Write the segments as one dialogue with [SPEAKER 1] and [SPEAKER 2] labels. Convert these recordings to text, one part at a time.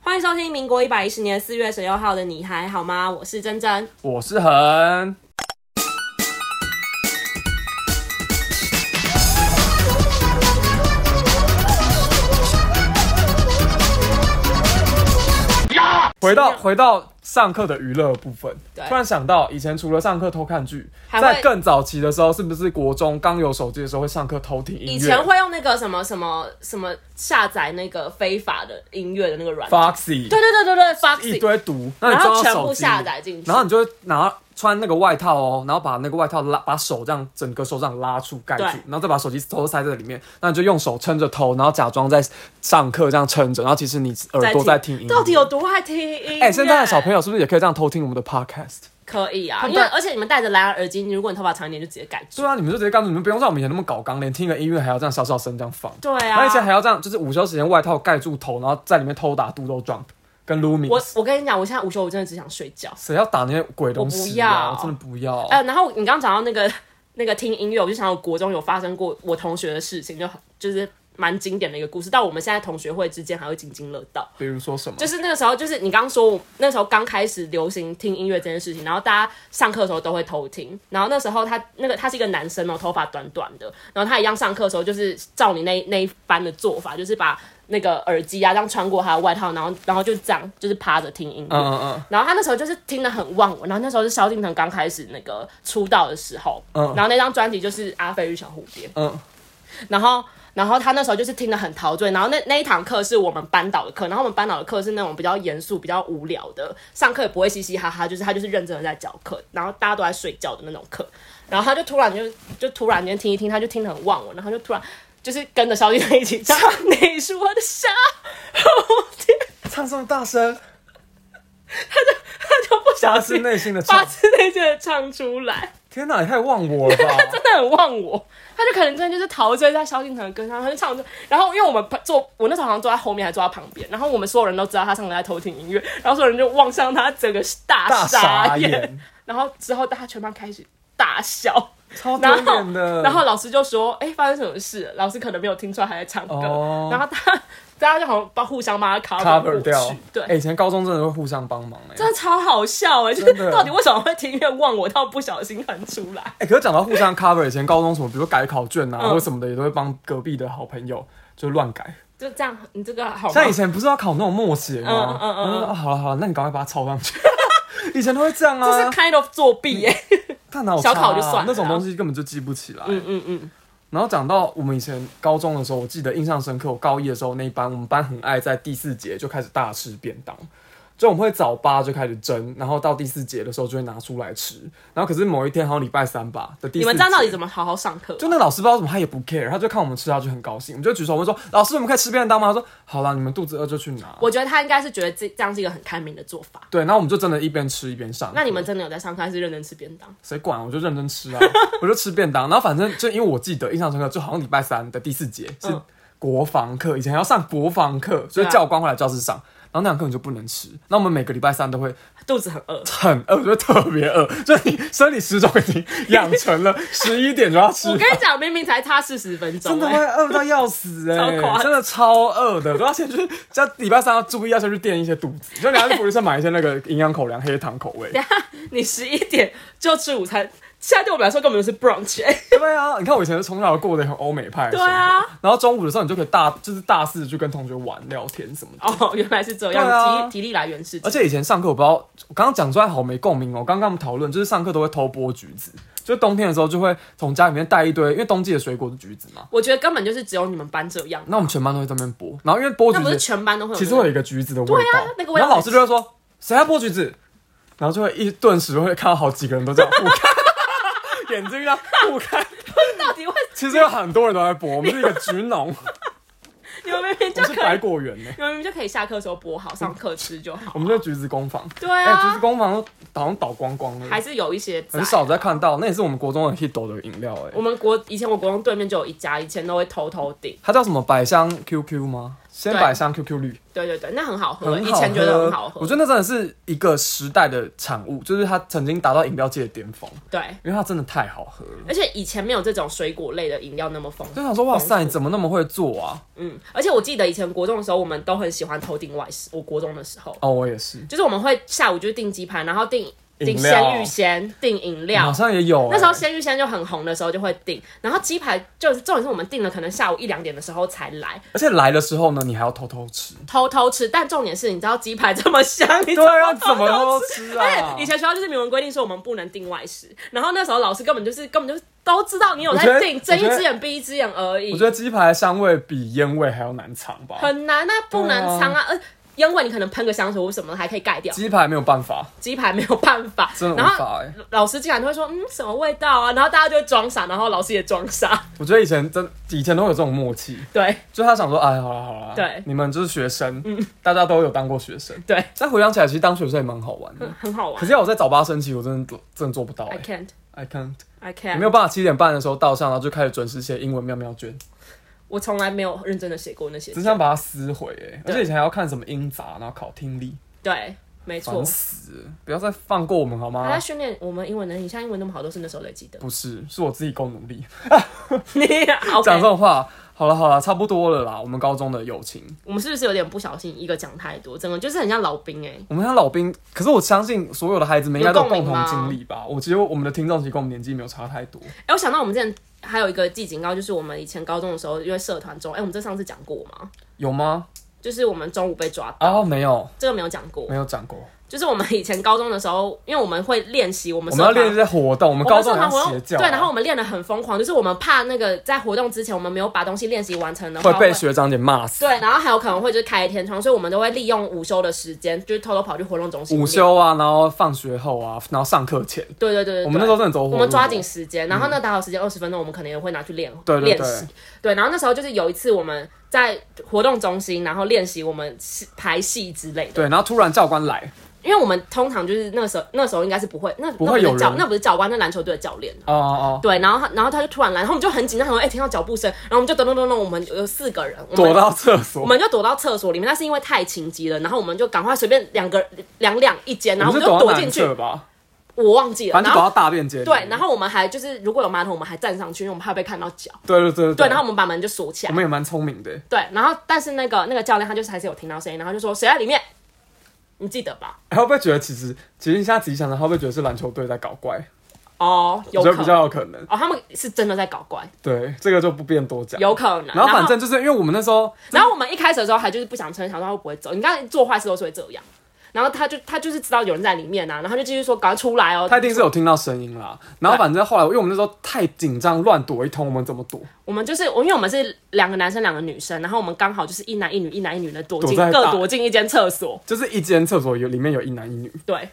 [SPEAKER 1] 欢迎收听民国一百一十年四月十六号的你还好吗？我是珍珍。
[SPEAKER 2] 我是恒，回到回到上课的娱乐部分
[SPEAKER 1] 对，
[SPEAKER 2] 突然想到以前除了上课偷看剧，
[SPEAKER 1] 还会
[SPEAKER 2] 在更早期的时候，是不是国中刚有手机的时候会上课偷听
[SPEAKER 1] 以
[SPEAKER 2] 音
[SPEAKER 1] 前
[SPEAKER 2] 乐
[SPEAKER 1] 会用那个什么什么什么下载那个非法的音乐的那个软件，
[SPEAKER 2] ？Foxy
[SPEAKER 1] 对对对对对
[SPEAKER 2] 一
[SPEAKER 1] ，Foxy，
[SPEAKER 2] 堆毒，那你
[SPEAKER 1] 然后
[SPEAKER 2] 装到
[SPEAKER 1] 全
[SPEAKER 2] 手
[SPEAKER 1] 部
[SPEAKER 2] 机
[SPEAKER 1] 下
[SPEAKER 2] 里
[SPEAKER 1] 载进去
[SPEAKER 2] 然后你就会拿穿那个外套哦，然后把那个外套拉，把手这样整个手掌拉出盖住
[SPEAKER 1] 对，
[SPEAKER 2] 然后再把手机偷塞在里面，那你就用手撑着头，然后假装在上课这样撑着，然后其实你耳朵在听音乐。
[SPEAKER 1] 到底有多爱听音乐？
[SPEAKER 2] 哎、现在的小朋友是不是也可以这样偷听我们的 podcast？
[SPEAKER 1] 可以啊，
[SPEAKER 2] 他们
[SPEAKER 1] 因为
[SPEAKER 2] 戴
[SPEAKER 1] 而且你们戴着蓝牙耳机，如果你头发长一点，就直接盖住。
[SPEAKER 2] 对啊，你们就直接告诉你们不用像我们以前那么搞纲，连听个音乐还要这样小小声这样放。
[SPEAKER 1] 对
[SPEAKER 2] 然后以前
[SPEAKER 1] 啊，
[SPEAKER 2] 还要这样，就是午休时间外套盖住头，然后在里面偷打 d o o d jump 跟 Lumi。
[SPEAKER 1] 我我跟你讲，我现在午休我真的只想睡觉。
[SPEAKER 2] 谁要打那些鬼东西、
[SPEAKER 1] 我
[SPEAKER 2] 啊？
[SPEAKER 1] 不要
[SPEAKER 2] 真的不要。
[SPEAKER 1] 呃，然后你刚刚讲到那个 那个听音乐，我就想到国中有发生过我同学的事情，就很就是蛮经典的一个故事。到我们现在同学会之间还会津津乐道。
[SPEAKER 2] 比如说什么？
[SPEAKER 1] 就是那个时候，就是你刚刚说，我那时候刚开始流行听音乐这件事情，然后大家上课的时候都会偷听。然后那时候他那个他是一个男生哦，头发短短的，然后他一样上课的时候就是照你那那一番的做法，就是把那个耳机啊这样穿过他的外套，然后然后就这样就是趴着听音乐。
[SPEAKER 2] 嗯嗯嗯。
[SPEAKER 1] 然后他那时候就是听得很忘我，然后那时候是萧敬腾刚开始那个出道的时候，
[SPEAKER 2] 嗯
[SPEAKER 1] 然后那张专辑就是《阿飞与小蝴蝶》，
[SPEAKER 2] 嗯
[SPEAKER 1] 然后然后他那时候就是听得很陶醉，然后那那一堂课是我们班导的课，然后我们班导的课是那种比较严肃、比较无聊的，上课也不会嘻嘻哈哈，就是他就是认真的在教课，然后大家都在睡觉的那种课，然后他就突然就就突然间听一听，他就听得很忘我，然后就突然就是跟着萧敬腾一起唱 你是我的小蝴蝶，
[SPEAKER 2] 唱这么大声，
[SPEAKER 1] 他就不小
[SPEAKER 2] 发自
[SPEAKER 1] 心
[SPEAKER 2] 内心的
[SPEAKER 1] 发
[SPEAKER 2] 唱。
[SPEAKER 1] 自内心的唱出来。
[SPEAKER 2] 天哪，也太忘我 了吧！
[SPEAKER 1] 真的很忘我，他就可能真的就是陶醉在萧敬腾的歌上，他就唱着，然后因为我们坐，我那时候好像坐在后面，还坐在旁边，然后我们所有人都知道他上课在偷听音乐，然后所有人就望向他，整个大
[SPEAKER 2] 大
[SPEAKER 1] 傻
[SPEAKER 2] 傻
[SPEAKER 1] 眼，
[SPEAKER 2] 眼，
[SPEAKER 1] 然后之后大家全班开始大笑，
[SPEAKER 2] 超丢
[SPEAKER 1] 然后
[SPEAKER 2] 脸的。
[SPEAKER 1] 然后老师就说，哎、发生什么事了？老师可能没有听出来他在唱歌，
[SPEAKER 2] 哦
[SPEAKER 1] 然后大家大家就好像帮互相帮他 cover 过
[SPEAKER 2] cover
[SPEAKER 1] 去
[SPEAKER 2] 掉，
[SPEAKER 1] 对。
[SPEAKER 2] 哎以前高中真的会互相帮忙哎。
[SPEAKER 1] 真的超好笑哎、就是
[SPEAKER 2] 真的
[SPEAKER 1] 到底为什么会听音乐忘我到不小心哼出来？
[SPEAKER 2] 哎，可是讲到互相 cover，以前高中什么，比如说改考卷啊，
[SPEAKER 1] 嗯
[SPEAKER 2] 或什么的，也都会帮隔壁的好朋友就乱改。
[SPEAKER 1] 就这样，你这个好吗
[SPEAKER 2] 像以前啊不是要考那种默写吗
[SPEAKER 1] 哦嗯？嗯嗯嗯
[SPEAKER 2] 然后就说啊好了好了，那你赶快把它抄上去。 以前都会这样
[SPEAKER 1] 这是
[SPEAKER 2] 啊，
[SPEAKER 1] kind of 作弊哎耶、
[SPEAKER 2] 但哪有
[SPEAKER 1] 小
[SPEAKER 2] 差
[SPEAKER 1] 考
[SPEAKER 2] 啊
[SPEAKER 1] 就算了啊
[SPEAKER 2] 那种东西根本就记不起来。
[SPEAKER 1] 嗯嗯嗯，
[SPEAKER 2] 然后讲到我们以前高中的时候，我记得印象深刻，我高一的时候那一班，我们班很爱在第四节就开始大吃便当，就我们会早八就开始蒸，然后到第四节的时候就会拿出来吃。然后可是某一天好像礼拜三吧的第四节，
[SPEAKER 1] 你们这样到底怎么好好上课？
[SPEAKER 2] 就那老师不知道怎么他也不 care，他就看我们吃，他就很高兴，我们就举手问说：“老师，我们可以吃便当吗？”他说：“好啦，你们肚子饿就去拿。
[SPEAKER 1] 我觉得他应该是觉得这这样是一个很开明的做法”。
[SPEAKER 2] 对，然后我们就真的一边吃一边上课。
[SPEAKER 1] 那你们真的有在上课，还是认真吃便当？
[SPEAKER 2] 谁管啊？我就认真吃啊， 我就吃便当。然后反正就因为我记得印象深刻，就好像礼拜三的第四节
[SPEAKER 1] 嗯
[SPEAKER 2] 是国防课，以前还要上国防
[SPEAKER 1] 啊
[SPEAKER 2] 课，所以教官会来教室上。然后那堂课你就不能吃，那我们每个礼拜三都会
[SPEAKER 1] 肚子很 饿，
[SPEAKER 2] 很饿，就特别饿， 就你生理时钟已经养成了十一点就要吃
[SPEAKER 1] 我，跟你讲，明明才差四十分
[SPEAKER 2] 真
[SPEAKER 1] 钟、
[SPEAKER 2] 的
[SPEAKER 1] 欸，
[SPEAKER 2] 会饿到要死哎、
[SPEAKER 1] 超夸张
[SPEAKER 2] 真的超饿的，而且就是在礼拜三要注意要先去垫一些肚子，就你要去福利社买一些那个营养口粮黑糖口味，
[SPEAKER 1] 欸你十一点就吃午餐，现在对我们来说根本就是 brunch、欸。
[SPEAKER 2] 对啊，你看我以前从小过得很欧美派的
[SPEAKER 1] 对
[SPEAKER 2] 生活，
[SPEAKER 1] 啊，
[SPEAKER 2] 然后中午的时候你就可以大就是大肆去跟同学玩聊天什么的。
[SPEAKER 1] 哦，原来是这样，
[SPEAKER 2] 对啊
[SPEAKER 1] 体体力来源是这
[SPEAKER 2] 而且以前上课我不知道，我刚刚讲出来好没共鸣哦。刚刚我们讨论就是上课都会偷剥橘子，就冬天的时候就会从家里面带一堆，因为冬季的水果是橘子嘛。
[SPEAKER 1] 我觉得根本就是只有你们班这样，
[SPEAKER 2] 那我们全班都会在那边剥，然后因为剥
[SPEAKER 1] 那不
[SPEAKER 2] 橘
[SPEAKER 1] 是
[SPEAKER 2] 子
[SPEAKER 1] 全班都会有、
[SPEAKER 2] 其实会有一个橘子的味道，
[SPEAKER 1] 对啊那个味道
[SPEAKER 2] 然后老师就会说谁在剥橘子，然后就会一顿时会看到好几个人都这样互看， 眼睛这样互看。
[SPEAKER 1] 到底会？
[SPEAKER 2] 其实有很多人都在剥，我们是一个橘农，
[SPEAKER 1] 你们明明
[SPEAKER 2] 我
[SPEAKER 1] 就
[SPEAKER 2] 们是
[SPEAKER 1] 可以
[SPEAKER 2] 百，果园呢。
[SPEAKER 1] 你们明明就可以下课的时候剥好，上课吃就好。
[SPEAKER 2] 我们这橘子工坊，
[SPEAKER 1] 对
[SPEAKER 2] 哎、橘
[SPEAKER 1] 啊
[SPEAKER 2] 子，工坊都好像倒光光
[SPEAKER 1] 还
[SPEAKER 2] 了，
[SPEAKER 1] 是有一些在
[SPEAKER 2] 很少再看到。那也是我们国中的 hit 的饮料、
[SPEAKER 1] 我
[SPEAKER 2] 哎，
[SPEAKER 1] 们国以前我国中对面就有一家，以前都会偷偷订。
[SPEAKER 2] 它叫什么百香 QQ 吗？先摆上 QQ 绿，
[SPEAKER 1] 对对对，那很好喝，
[SPEAKER 2] 很
[SPEAKER 1] 以
[SPEAKER 2] 好喝。
[SPEAKER 1] 前觉得很好喝
[SPEAKER 2] 我，觉得那真的是一个时代的产物，就是它曾经达到饮料界的巅峰，
[SPEAKER 1] 对，
[SPEAKER 2] 因为它真的太好喝了。
[SPEAKER 1] 而且以前没有这种水果类的饮料那么丰富
[SPEAKER 2] 就。想说，哇塞，你怎么那么会做啊？
[SPEAKER 1] 嗯，而且我记得以前国中的时候，我们都很喜欢偷订外食。我国中的时候，
[SPEAKER 2] 哦，我也是，
[SPEAKER 1] 就是我们会下午就是订鸡排，然后订订
[SPEAKER 2] 饮料
[SPEAKER 1] 鲜芋仙，订饮
[SPEAKER 2] 好
[SPEAKER 1] 料。
[SPEAKER 2] 像也有欸、
[SPEAKER 1] 那时候鲜芋仙就很红的时候就会订，然后鸡排就是重点是我们订了，可能下午一两点的时候才来
[SPEAKER 2] 而且来的时候呢，你还要偷偷吃。
[SPEAKER 1] 偷偷吃。但重点是，你知道鸡排这么香， 你
[SPEAKER 2] 对啊，
[SPEAKER 1] 偷偷
[SPEAKER 2] 怎么偷
[SPEAKER 1] 吃
[SPEAKER 2] 偷 吃
[SPEAKER 1] 而
[SPEAKER 2] 啊
[SPEAKER 1] 且以？前学校就是明文规定说我们不能订外食，然后那时候老师根本就是根本就是都知道你有
[SPEAKER 2] 我觉
[SPEAKER 1] 在
[SPEAKER 2] 得
[SPEAKER 1] 订，睁一
[SPEAKER 2] 我觉得
[SPEAKER 1] 只眼闭一只眼而已
[SPEAKER 2] 我觉。得鸡排的香味比烟味还要难尝吧。
[SPEAKER 1] 很难啊，不难尝啊，呃，烟味你可能喷个香水或什么还可以盖掉，
[SPEAKER 2] 鸡排没有办法，
[SPEAKER 1] 鸡排没有办法。
[SPEAKER 2] 真的无
[SPEAKER 1] 然后
[SPEAKER 2] 法哎、欸。
[SPEAKER 1] 老师竟然都会说，嗯，什么味道啊？然后大家就会装傻，然后老师也装傻。
[SPEAKER 2] 我觉得以前真以前都有这种默契，
[SPEAKER 1] 对
[SPEAKER 2] 就他想说，哎，好了好了，
[SPEAKER 1] 对嗯
[SPEAKER 2] 你们就是学生，大家都有当过学生。
[SPEAKER 1] 对，
[SPEAKER 2] 但回想起来，其实当学生也蛮好玩的。
[SPEAKER 1] 很好玩
[SPEAKER 2] 可。是要我在早八升旗，我真的真的做不到、
[SPEAKER 1] 嗯 I
[SPEAKER 2] 欸。
[SPEAKER 1] can't,
[SPEAKER 2] I can't，
[SPEAKER 1] I
[SPEAKER 2] 我
[SPEAKER 1] can't
[SPEAKER 2] 没。有办法七点半的时候到上，然后就开始准时写英文喵喵卷，
[SPEAKER 1] 我从来没有认真的写过那些字。
[SPEAKER 2] 只想把它撕毁哎、而且以前还要看什么英杂，然后考听力，
[SPEAKER 1] 对，没错
[SPEAKER 2] 烦。死了！不要再放过我们好
[SPEAKER 1] 他
[SPEAKER 2] 吗
[SPEAKER 1] 在？训练我们英文能力，像英文那么好，都是那时候累积 的。
[SPEAKER 2] 不是，是我自己够努力。
[SPEAKER 1] 你
[SPEAKER 2] 讲这
[SPEAKER 1] OK？
[SPEAKER 2] 种话，好了好了，差不多了啦。我们高中的友情，
[SPEAKER 1] 我们是不是有点不小心一个讲太多，整个就是很像老兵哎。
[SPEAKER 2] 我们像老兵，可是我相信所有的孩子们应该都有
[SPEAKER 1] 有共
[SPEAKER 2] 共
[SPEAKER 1] 鸣
[SPEAKER 2] 同
[SPEAKER 1] 吗
[SPEAKER 2] 经历吧。我觉得我们的听众其实跟我们年纪没有差太多。
[SPEAKER 1] 哎、我想到我们之前还有一个记警告，就是我们以前高中的时候，因为社团中，哎、我们这上次讲过吗？
[SPEAKER 2] 有吗？
[SPEAKER 1] 就是我们中午被抓到，
[SPEAKER 2] 啊，没有，
[SPEAKER 1] 这个没有讲过
[SPEAKER 2] 没。有讲过。
[SPEAKER 1] 就是我们以前高中的时候，因为我们会练习我们
[SPEAKER 2] 我
[SPEAKER 1] 社
[SPEAKER 2] 们要
[SPEAKER 1] 团
[SPEAKER 2] 练一些活动，我们
[SPEAKER 1] 我
[SPEAKER 2] 高
[SPEAKER 1] 们
[SPEAKER 2] 中
[SPEAKER 1] 社
[SPEAKER 2] 好
[SPEAKER 1] 团
[SPEAKER 2] 像
[SPEAKER 1] 活
[SPEAKER 2] 邪
[SPEAKER 1] 动
[SPEAKER 2] 教啊、
[SPEAKER 1] 对，然后我们练得很疯狂，就是我们怕那个在活动之前我们没有把东西练习完成的话
[SPEAKER 2] 会被学长姐骂死。
[SPEAKER 1] 对，然后还有可能会就是开天窗，所以我们都会利用午休的时间，就是偷偷跑去活动中心。
[SPEAKER 2] 午，休啊，然后放学后啊，然后上课前，
[SPEAKER 1] 对对对对，
[SPEAKER 2] 我们那时候真的走火入魔嗯
[SPEAKER 1] 我们抓紧时间，然后那打好时间二十分钟，我们可能也会拿去练
[SPEAKER 2] 对对
[SPEAKER 1] 练
[SPEAKER 2] 对
[SPEAKER 1] 习。对，然后那时候就是有一次我们在活动中心，然后练习我们戏排戏之类的，
[SPEAKER 2] 对，然后突然教官来，
[SPEAKER 1] 因为我们通常就是那时候那时候应该是不会，那
[SPEAKER 2] 不
[SPEAKER 1] 那
[SPEAKER 2] 会有
[SPEAKER 1] 是教
[SPEAKER 2] 人
[SPEAKER 1] 那不是教官，那篮球队的教练。
[SPEAKER 2] 哦哦，哦
[SPEAKER 1] 对，然后他然后他就突然来，然后我们就很紧张，想说哎、听到脚步声，然后我们就咚咚咚咚，我们有四个人，我们
[SPEAKER 2] 躲到厕
[SPEAKER 1] 我
[SPEAKER 2] 所。
[SPEAKER 1] 们就躲到厕所里面，但是因为太情急了，然后我们就赶快随便两个两两一间，然后
[SPEAKER 2] 我
[SPEAKER 1] 我
[SPEAKER 2] 们
[SPEAKER 1] 们
[SPEAKER 2] 是
[SPEAKER 1] 就
[SPEAKER 2] 躲
[SPEAKER 1] 躲
[SPEAKER 2] 到
[SPEAKER 1] 进
[SPEAKER 2] 男
[SPEAKER 1] 去，
[SPEAKER 2] 厕吧，
[SPEAKER 1] 我忘记了，
[SPEAKER 2] 反
[SPEAKER 1] 然
[SPEAKER 2] 正就躲
[SPEAKER 1] 后
[SPEAKER 2] 到大便间。
[SPEAKER 1] 对，然后我们还就是如果有马桶，我们还站上去，因为我们怕被看到脚，
[SPEAKER 2] 对对对
[SPEAKER 1] 对，然后我们把门就锁起
[SPEAKER 2] 我
[SPEAKER 1] 来，
[SPEAKER 2] 们也蛮聪明的，
[SPEAKER 1] 对，然后但是那个那个教练他就是还是有听到声音，然后就说谁在里面，你记得吧？
[SPEAKER 2] 哎会不会觉得其实其实你现在仔细想想，会不会觉得是篮球队在搞怪？
[SPEAKER 1] 哦，有
[SPEAKER 2] 我觉得
[SPEAKER 1] 可
[SPEAKER 2] 比较
[SPEAKER 1] 能。
[SPEAKER 2] 有可能。
[SPEAKER 1] 哦，他们是真的在搞怪，
[SPEAKER 2] 对，这个就不便多讲。
[SPEAKER 1] 有可能。
[SPEAKER 2] 然后反正就是因为我们那时候
[SPEAKER 1] 然后我们一开始的时候还就是不想撑，想说他哦会不会走。你刚才做坏事都是会这样。然后他就他就是知道有人在里面啊，然后他就继续说赶快出来哦。
[SPEAKER 2] 他一定是有听到声音啦。然后反正后来，因为我们那时候太紧张，乱躲一通，我们怎么躲？
[SPEAKER 1] 我们就是我，因为我们是两个男生两个女生，然后我们刚好就是一男一女一男一女的躲进
[SPEAKER 2] 躲在大
[SPEAKER 1] 各躲进一间厕所。
[SPEAKER 2] 就是一间厕所有里面有一男一女，
[SPEAKER 1] 对，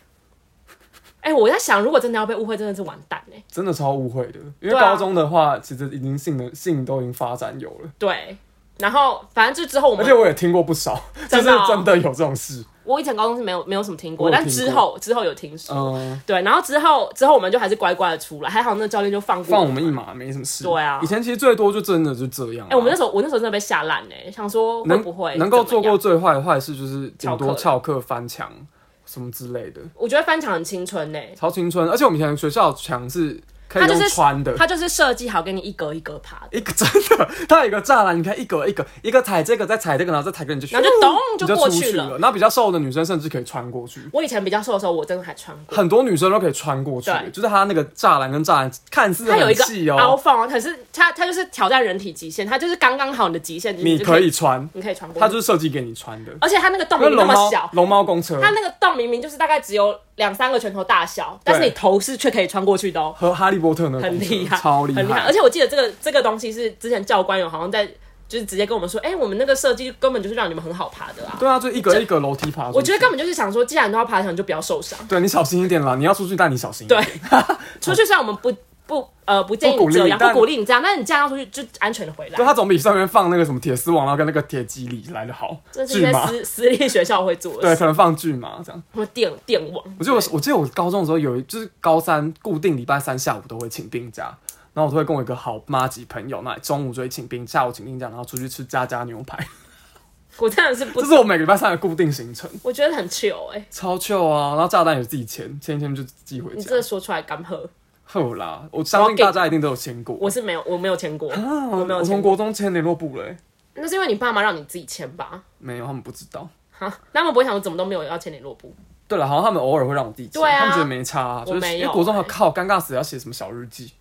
[SPEAKER 1] 哎、我在想，如果真的要被误会，真的是完蛋哎、
[SPEAKER 2] 真的超误会的。因为
[SPEAKER 1] 对啊
[SPEAKER 2] 高中的话，其实已经性能性都已经发展有了，
[SPEAKER 1] 对，然后反正就之后我
[SPEAKER 2] 而且
[SPEAKER 1] 们，
[SPEAKER 2] 我也听过不少， 就
[SPEAKER 1] 真
[SPEAKER 2] 是
[SPEAKER 1] 的哦
[SPEAKER 2] 真的有这种事。
[SPEAKER 1] 我以前高中是没有没有什么听过，
[SPEAKER 2] 我有
[SPEAKER 1] 但
[SPEAKER 2] 听
[SPEAKER 1] 之
[SPEAKER 2] 过
[SPEAKER 1] 后之后有听说。
[SPEAKER 2] 嗯，
[SPEAKER 1] 对，然后之后之后我们就还是乖乖的出来，还好那教练就放过
[SPEAKER 2] 放我们一马没什么事。
[SPEAKER 1] 对啊
[SPEAKER 2] 以前其实最多就真的就这样啊。
[SPEAKER 1] 哎、我们那时候我那时候真的被吓烂哎，想说会
[SPEAKER 2] 能
[SPEAKER 1] 不会
[SPEAKER 2] 能够
[SPEAKER 1] 怎
[SPEAKER 2] 做
[SPEAKER 1] 么样
[SPEAKER 2] 过最坏的坏事，就是顶多
[SPEAKER 1] 翘课
[SPEAKER 2] 翘课、翻墙什么之类的，
[SPEAKER 1] 我觉得翻墙很青春欸呢、
[SPEAKER 2] 超青春。而且我们以前学校的墙是可以
[SPEAKER 1] 它就
[SPEAKER 2] 用
[SPEAKER 1] 是
[SPEAKER 2] 穿的，
[SPEAKER 1] 它就是设计好给你一格一格爬的，
[SPEAKER 2] 一个真的，它有一个栅栏，你看一格一格，一个踩这个，再踩这个，然后再踩这个，你就
[SPEAKER 1] 然后就咚
[SPEAKER 2] 你
[SPEAKER 1] 就
[SPEAKER 2] 就
[SPEAKER 1] 过
[SPEAKER 2] 出
[SPEAKER 1] 去
[SPEAKER 2] 了
[SPEAKER 1] 了。。
[SPEAKER 2] 那比较瘦的女生甚至可以穿过去，
[SPEAKER 1] 我以前比较瘦的时候，我真的还穿过。
[SPEAKER 2] 很多女生都可以穿过去，
[SPEAKER 1] 对
[SPEAKER 2] 就是它那个栅栏跟栅栏看似
[SPEAKER 1] 它有一
[SPEAKER 2] 很
[SPEAKER 1] 个
[SPEAKER 2] 细
[SPEAKER 1] 凹
[SPEAKER 2] 哦，
[SPEAKER 1] 缝啊，可是它它就是挑战人体极限，它就是刚刚好你的极限，
[SPEAKER 2] 你
[SPEAKER 1] 就
[SPEAKER 2] 可以穿，
[SPEAKER 1] 你可以穿过。
[SPEAKER 2] 它就是设计给你穿的。
[SPEAKER 1] 而且它那个洞
[SPEAKER 2] 因为
[SPEAKER 1] 明明那
[SPEAKER 2] 龙
[SPEAKER 1] 么
[SPEAKER 2] 猫
[SPEAKER 1] 小，
[SPEAKER 2] 龙猫公车
[SPEAKER 1] 它那个洞明明就是大概只有两三个拳头大小，但是你头是却可以穿过去的哦，
[SPEAKER 2] 和哈利波特那个
[SPEAKER 1] 很
[SPEAKER 2] 公车
[SPEAKER 1] 厉害，
[SPEAKER 2] 超厉
[SPEAKER 1] 很厉害。而且我记得这个这个东西是之前教官有好像在就是直接跟我们说，哎、我们那个设计根本就是让你们很好爬的啊。
[SPEAKER 2] 对啊，就一格一格楼梯爬出去。
[SPEAKER 1] 我觉得根本就是想说，既然都要爬墙，就不要受伤。
[SPEAKER 2] 对你小心一点啦，你要出去，但你小心一
[SPEAKER 1] 对
[SPEAKER 2] 点。，
[SPEAKER 1] 出去虽然我们不不呃不建议
[SPEAKER 2] 哦不鼓
[SPEAKER 1] 你
[SPEAKER 2] 励
[SPEAKER 1] 这样，
[SPEAKER 2] 但
[SPEAKER 1] 不鼓励你这样，但是你这样要出去就安全的回来
[SPEAKER 2] 对，。它啊总比上面放那个什么铁丝网，然后跟那个铁机理来的好。
[SPEAKER 1] 这是一
[SPEAKER 2] 巨
[SPEAKER 1] 些
[SPEAKER 2] 马，
[SPEAKER 1] 私私立学校会做
[SPEAKER 2] 对，
[SPEAKER 1] 的事，
[SPEAKER 2] 可能放巨马这样。
[SPEAKER 1] 什么电电网。
[SPEAKER 2] 我记得我我记得我高中的时候有一就是高三固定礼拜三下午都会请病假，然后我都会跟我一个好妈吉朋友，那中午就会请病，下午请病假，然后出去吃家家牛排。
[SPEAKER 1] 我真的是不
[SPEAKER 2] 这，是我每个礼拜三的固定行程，
[SPEAKER 1] 我觉得很 chill 哎、
[SPEAKER 2] 超 chill 啊！然后炸弹也是自己签，签一签就寄回
[SPEAKER 1] 你
[SPEAKER 2] 家
[SPEAKER 1] 这。说出来干喝，
[SPEAKER 2] 后啦，我相信大家一定都有签过。
[SPEAKER 1] 我是没有，我没有签过，
[SPEAKER 2] 啊
[SPEAKER 1] 我没有
[SPEAKER 2] 我
[SPEAKER 1] 签
[SPEAKER 2] 从
[SPEAKER 1] 过，
[SPEAKER 2] 国中签联络部嘞、
[SPEAKER 1] 那是因为你爸妈让你自己签吧？
[SPEAKER 2] 没有，他们不知道。
[SPEAKER 1] 哈，那他们不会想我怎么都没有要签联络簿，
[SPEAKER 2] 对了，好像他们偶尔会让我自己签，
[SPEAKER 1] 对啊
[SPEAKER 2] 他们觉得没差、啊，就是
[SPEAKER 1] 没有
[SPEAKER 2] 因为国中还
[SPEAKER 1] 欸
[SPEAKER 2] 靠尴尬死，要写什么小日记，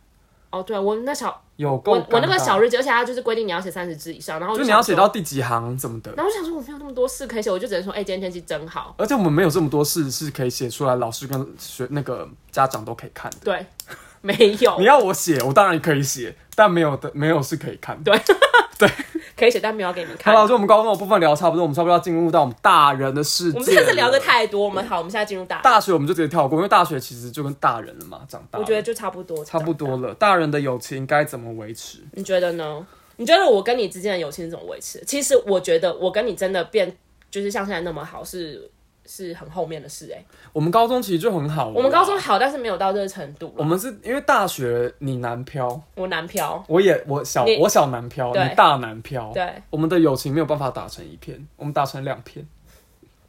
[SPEAKER 1] 哦，对啊，我那小
[SPEAKER 2] 有够
[SPEAKER 1] 我我那
[SPEAKER 2] 哦尴
[SPEAKER 1] 个
[SPEAKER 2] 尬
[SPEAKER 1] 小日记，而且他就是规定你要写三十字以上，然后我
[SPEAKER 2] 就
[SPEAKER 1] 就
[SPEAKER 2] 你要
[SPEAKER 1] 想
[SPEAKER 2] 写
[SPEAKER 1] 说
[SPEAKER 2] 到，第几行怎么的，
[SPEAKER 1] 然后我想说我没有那么多事可以写，我就只能说，哎、今天天气真好，
[SPEAKER 2] 而且我们没有这么多事是可以写出来，老师跟学那个家长都可以看的。
[SPEAKER 1] 对， 没有
[SPEAKER 2] 你，要我写，我当然可以写，但没有的没有是可以看的。
[SPEAKER 1] 对可以写，但没有要给你们
[SPEAKER 2] 好
[SPEAKER 1] 看。
[SPEAKER 2] 了，就我们高中的部分聊得差不多，我们差不多要进入到我们大人的世界
[SPEAKER 1] 我
[SPEAKER 2] 了。
[SPEAKER 1] 们上次聊的太多，我们好，我们现在进入大，
[SPEAKER 2] 大学，我们就直接跳过，因为大学其实就跟大人了嘛，长大了。
[SPEAKER 1] 我觉得就差不多，
[SPEAKER 2] 差不多了。大人的友情该怎么维持？
[SPEAKER 1] 你觉得呢？你觉得我跟你之间的友情是怎么维持的？其实我觉得我跟你真的变，就是像现在那么好，是是很后面的事哎、
[SPEAKER 2] 我们高中其实就很好了啦。
[SPEAKER 1] 我们高中好，但是没有到这个程度啦。
[SPEAKER 2] 我们是因为大学你南漂，
[SPEAKER 1] 我男票，
[SPEAKER 2] 我也我小
[SPEAKER 1] 你
[SPEAKER 2] 我小南漂，
[SPEAKER 1] 对
[SPEAKER 2] 你大南漂，
[SPEAKER 1] 对，
[SPEAKER 2] 我们的友情没有办法打成一片，我们打成两片，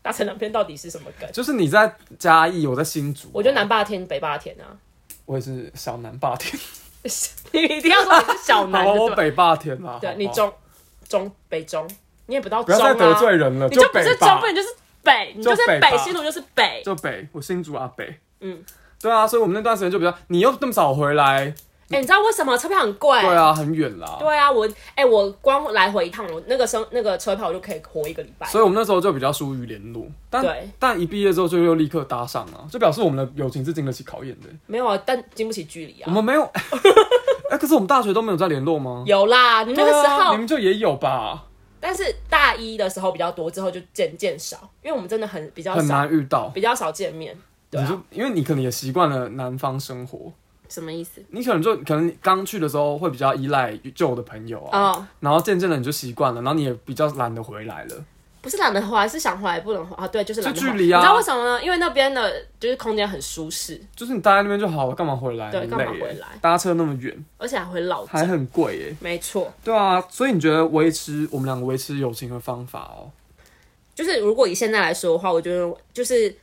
[SPEAKER 1] 大成两篇到底是什么梗？
[SPEAKER 2] 就是你在嘉义，我在新竹，啊
[SPEAKER 1] 我觉得南霸天、北霸天啊，
[SPEAKER 2] 我也是小南 霸天，
[SPEAKER 1] 你一定要说你是小
[SPEAKER 2] 好
[SPEAKER 1] 男
[SPEAKER 2] 吧，
[SPEAKER 1] 的，
[SPEAKER 2] 我
[SPEAKER 1] 对吧
[SPEAKER 2] 北霸天啦，
[SPEAKER 1] 对
[SPEAKER 2] 好吧
[SPEAKER 1] 你中中北中，你也不到
[SPEAKER 2] 不
[SPEAKER 1] 中
[SPEAKER 2] 要
[SPEAKER 1] 啊，
[SPEAKER 2] 再得罪人了，
[SPEAKER 1] 你就不
[SPEAKER 2] 北
[SPEAKER 1] 是
[SPEAKER 2] 霸
[SPEAKER 1] 中北，你就是北，你就是
[SPEAKER 2] 就北吧
[SPEAKER 1] 北，新竹就是北。
[SPEAKER 2] 就北，我新竹阿北，
[SPEAKER 1] 嗯，
[SPEAKER 2] 对啊，所以我们那段时间就比较，你又那么早回来，
[SPEAKER 1] 哎、你知道为什么车票很贵？
[SPEAKER 2] 对啊，很远啦，
[SPEAKER 1] 对啊，我哎、我光来回一趟，我那个生那个车票我就可以活一个礼拜。
[SPEAKER 2] 所以我们那时候就比较疏于联络，但
[SPEAKER 1] 对
[SPEAKER 2] 但一毕业之后就又立刻搭上了，就表示我们的友情是经得起考验的。
[SPEAKER 1] 没有啊，但经不起距离啊。
[SPEAKER 2] 我们 没有，哎、可是我们大学都没有在联络吗？
[SPEAKER 1] 有啦， 你那个
[SPEAKER 2] 对
[SPEAKER 1] 时
[SPEAKER 2] 啊，
[SPEAKER 1] 候，
[SPEAKER 2] 你们就也有吧，
[SPEAKER 1] 但是大一的时候比较多，之后就渐渐少，因为我们真的很比较
[SPEAKER 2] 很
[SPEAKER 1] 少，
[SPEAKER 2] 难遇到。
[SPEAKER 1] 比较少见面。对
[SPEAKER 2] 你
[SPEAKER 1] 啊，
[SPEAKER 2] 就因为你可能也习惯了南方生活，
[SPEAKER 1] 什么意思？
[SPEAKER 2] 你可能就可能刚去的时候会比较依赖旧的朋友啊，
[SPEAKER 1] 哦
[SPEAKER 2] 然后渐渐的你就习惯了，然后你也比较懒得回来了。
[SPEAKER 1] 不是懒得回来，是想回来不能回来啊。对，就是懒得回来。
[SPEAKER 2] 就距离啊
[SPEAKER 1] 你知道为什么呢？因为那边的就是空间很舒适，
[SPEAKER 2] 就是你待在那边就好了，干嘛回来？
[SPEAKER 1] 对
[SPEAKER 2] 很
[SPEAKER 1] 干嘛
[SPEAKER 2] 累耶
[SPEAKER 1] 回来
[SPEAKER 2] 搭车那么远，
[SPEAKER 1] 而且还会老
[SPEAKER 2] 还
[SPEAKER 1] 近。
[SPEAKER 2] 很贵耶。
[SPEAKER 1] 没错，
[SPEAKER 2] 对啊，所以你觉得维持我们两个维持友情的方法哦？
[SPEAKER 1] 就是如果以现在来说的话，我觉得就是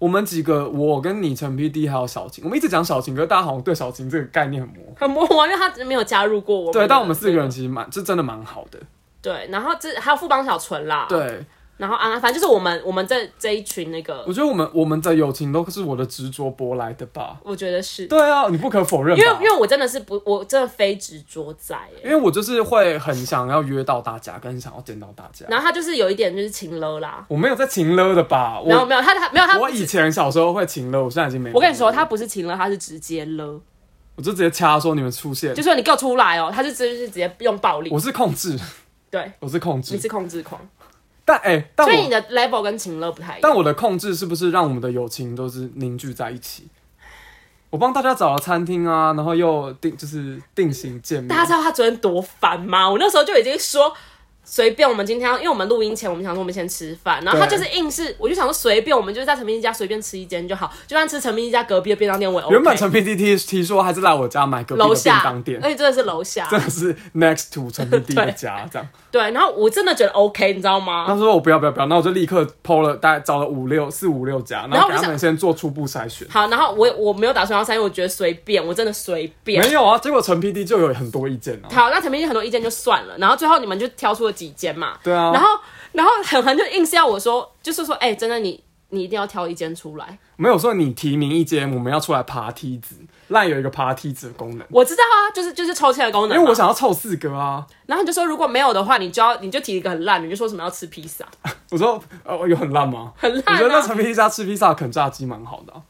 [SPEAKER 2] 我们几个，我跟你、陈 PD 还有小晴，我们一直讲小晴，可是大家好像对小晴这个概念很模糊。
[SPEAKER 1] 很模糊啊，因为他没有加入过我们的。
[SPEAKER 2] 对，但我们四个人其实蛮，这真的蛮好的。
[SPEAKER 1] 哦对，然后这还有富邦小纯啦，，
[SPEAKER 2] 对，
[SPEAKER 1] 然后啊，反正就是我们我们这这一群那个
[SPEAKER 2] 我，觉得我们我们的友情都是我的执着博来的吧。
[SPEAKER 1] 我觉得是，
[SPEAKER 2] 对啊，你不可否认
[SPEAKER 1] 因为
[SPEAKER 2] 吧
[SPEAKER 1] 因为我真的是不，我真的非执着在
[SPEAKER 2] 因
[SPEAKER 1] 耶。
[SPEAKER 2] 为我就是会很想要约到大家，跟想要见到大家。
[SPEAKER 1] 然后他就是有一点就是情勒啦，
[SPEAKER 2] 我没有在情勒的吧？
[SPEAKER 1] 然后
[SPEAKER 2] 我
[SPEAKER 1] 没有他他没有他，
[SPEAKER 2] 我以前小时候会情勒，我现在已经没有。
[SPEAKER 1] 我跟你说，他不是情勒，他是直接勒，
[SPEAKER 2] 我就直接掐说你们出现
[SPEAKER 1] 就，说你给我出来哦，他是直就是直接用暴力
[SPEAKER 2] 我，是控制，
[SPEAKER 1] 对，
[SPEAKER 2] 我是控
[SPEAKER 1] 你
[SPEAKER 2] 制。
[SPEAKER 1] 是控制狂，
[SPEAKER 2] 但哎、但
[SPEAKER 1] 所以你
[SPEAKER 2] 我
[SPEAKER 1] 的 level 跟情勒不太一样
[SPEAKER 2] 但。我的控制是不是让我们的友情都是凝聚在一起？我帮大家找了餐厅啊，然后又定就是定型见面
[SPEAKER 1] 大。家知道他昨天多烦吗？我那时候就已经说。随便，我们今天要，因为我们录音前，我们想说我们先吃饭，然后他
[SPEAKER 2] 对
[SPEAKER 1] 就是硬是，我就想说随便，我们就是在陈明基家随便吃一间就好，就算吃陈明基家隔壁的便当店我也 OK。
[SPEAKER 2] 原本陈 PD 提提说还是来我家买隔壁
[SPEAKER 1] 楼
[SPEAKER 2] 的便
[SPEAKER 1] 下
[SPEAKER 2] 当店
[SPEAKER 1] 而，且真的是楼下，
[SPEAKER 2] 真的是 next to 陈 PD 的
[SPEAKER 1] 对
[SPEAKER 2] 家这样。
[SPEAKER 1] 对。然后我真的觉得 OK，你知道吗？
[SPEAKER 2] 他说我不要不要不要，那我就立刻 PO 了，大概找了五六四五六家，然
[SPEAKER 1] 然后我
[SPEAKER 2] 后给他们
[SPEAKER 1] 想
[SPEAKER 2] 先做初步筛选。
[SPEAKER 1] 好，然后我我没有打算要删，因为我觉得随便，我真的随便。
[SPEAKER 2] 没有啊，结果陈 PD 就有很多意见啊。
[SPEAKER 1] 好，那陈明基很多意见就算了，然后最后你们就挑出了几间嘛，
[SPEAKER 2] 对啊
[SPEAKER 1] 然后然后狠狠就硬是要我说，就是说，哎、真的你你一定要挑一间出来，
[SPEAKER 2] 没有说你提名一间，我们要出来爬梯子，烂有一个爬梯子的功能，
[SPEAKER 1] 我知道啊，就是就是抽签的功能嘛，
[SPEAKER 2] 因为我想要凑四个啊。
[SPEAKER 1] 然后你就说如果没有的话，你就要你就提一个很烂的，你就说什么要吃披萨，
[SPEAKER 2] 我说呃有很烂吗？
[SPEAKER 1] 很烂、啊。
[SPEAKER 2] 我觉得在陈 PD 家吃披萨啃炸鸡蛮好的啊、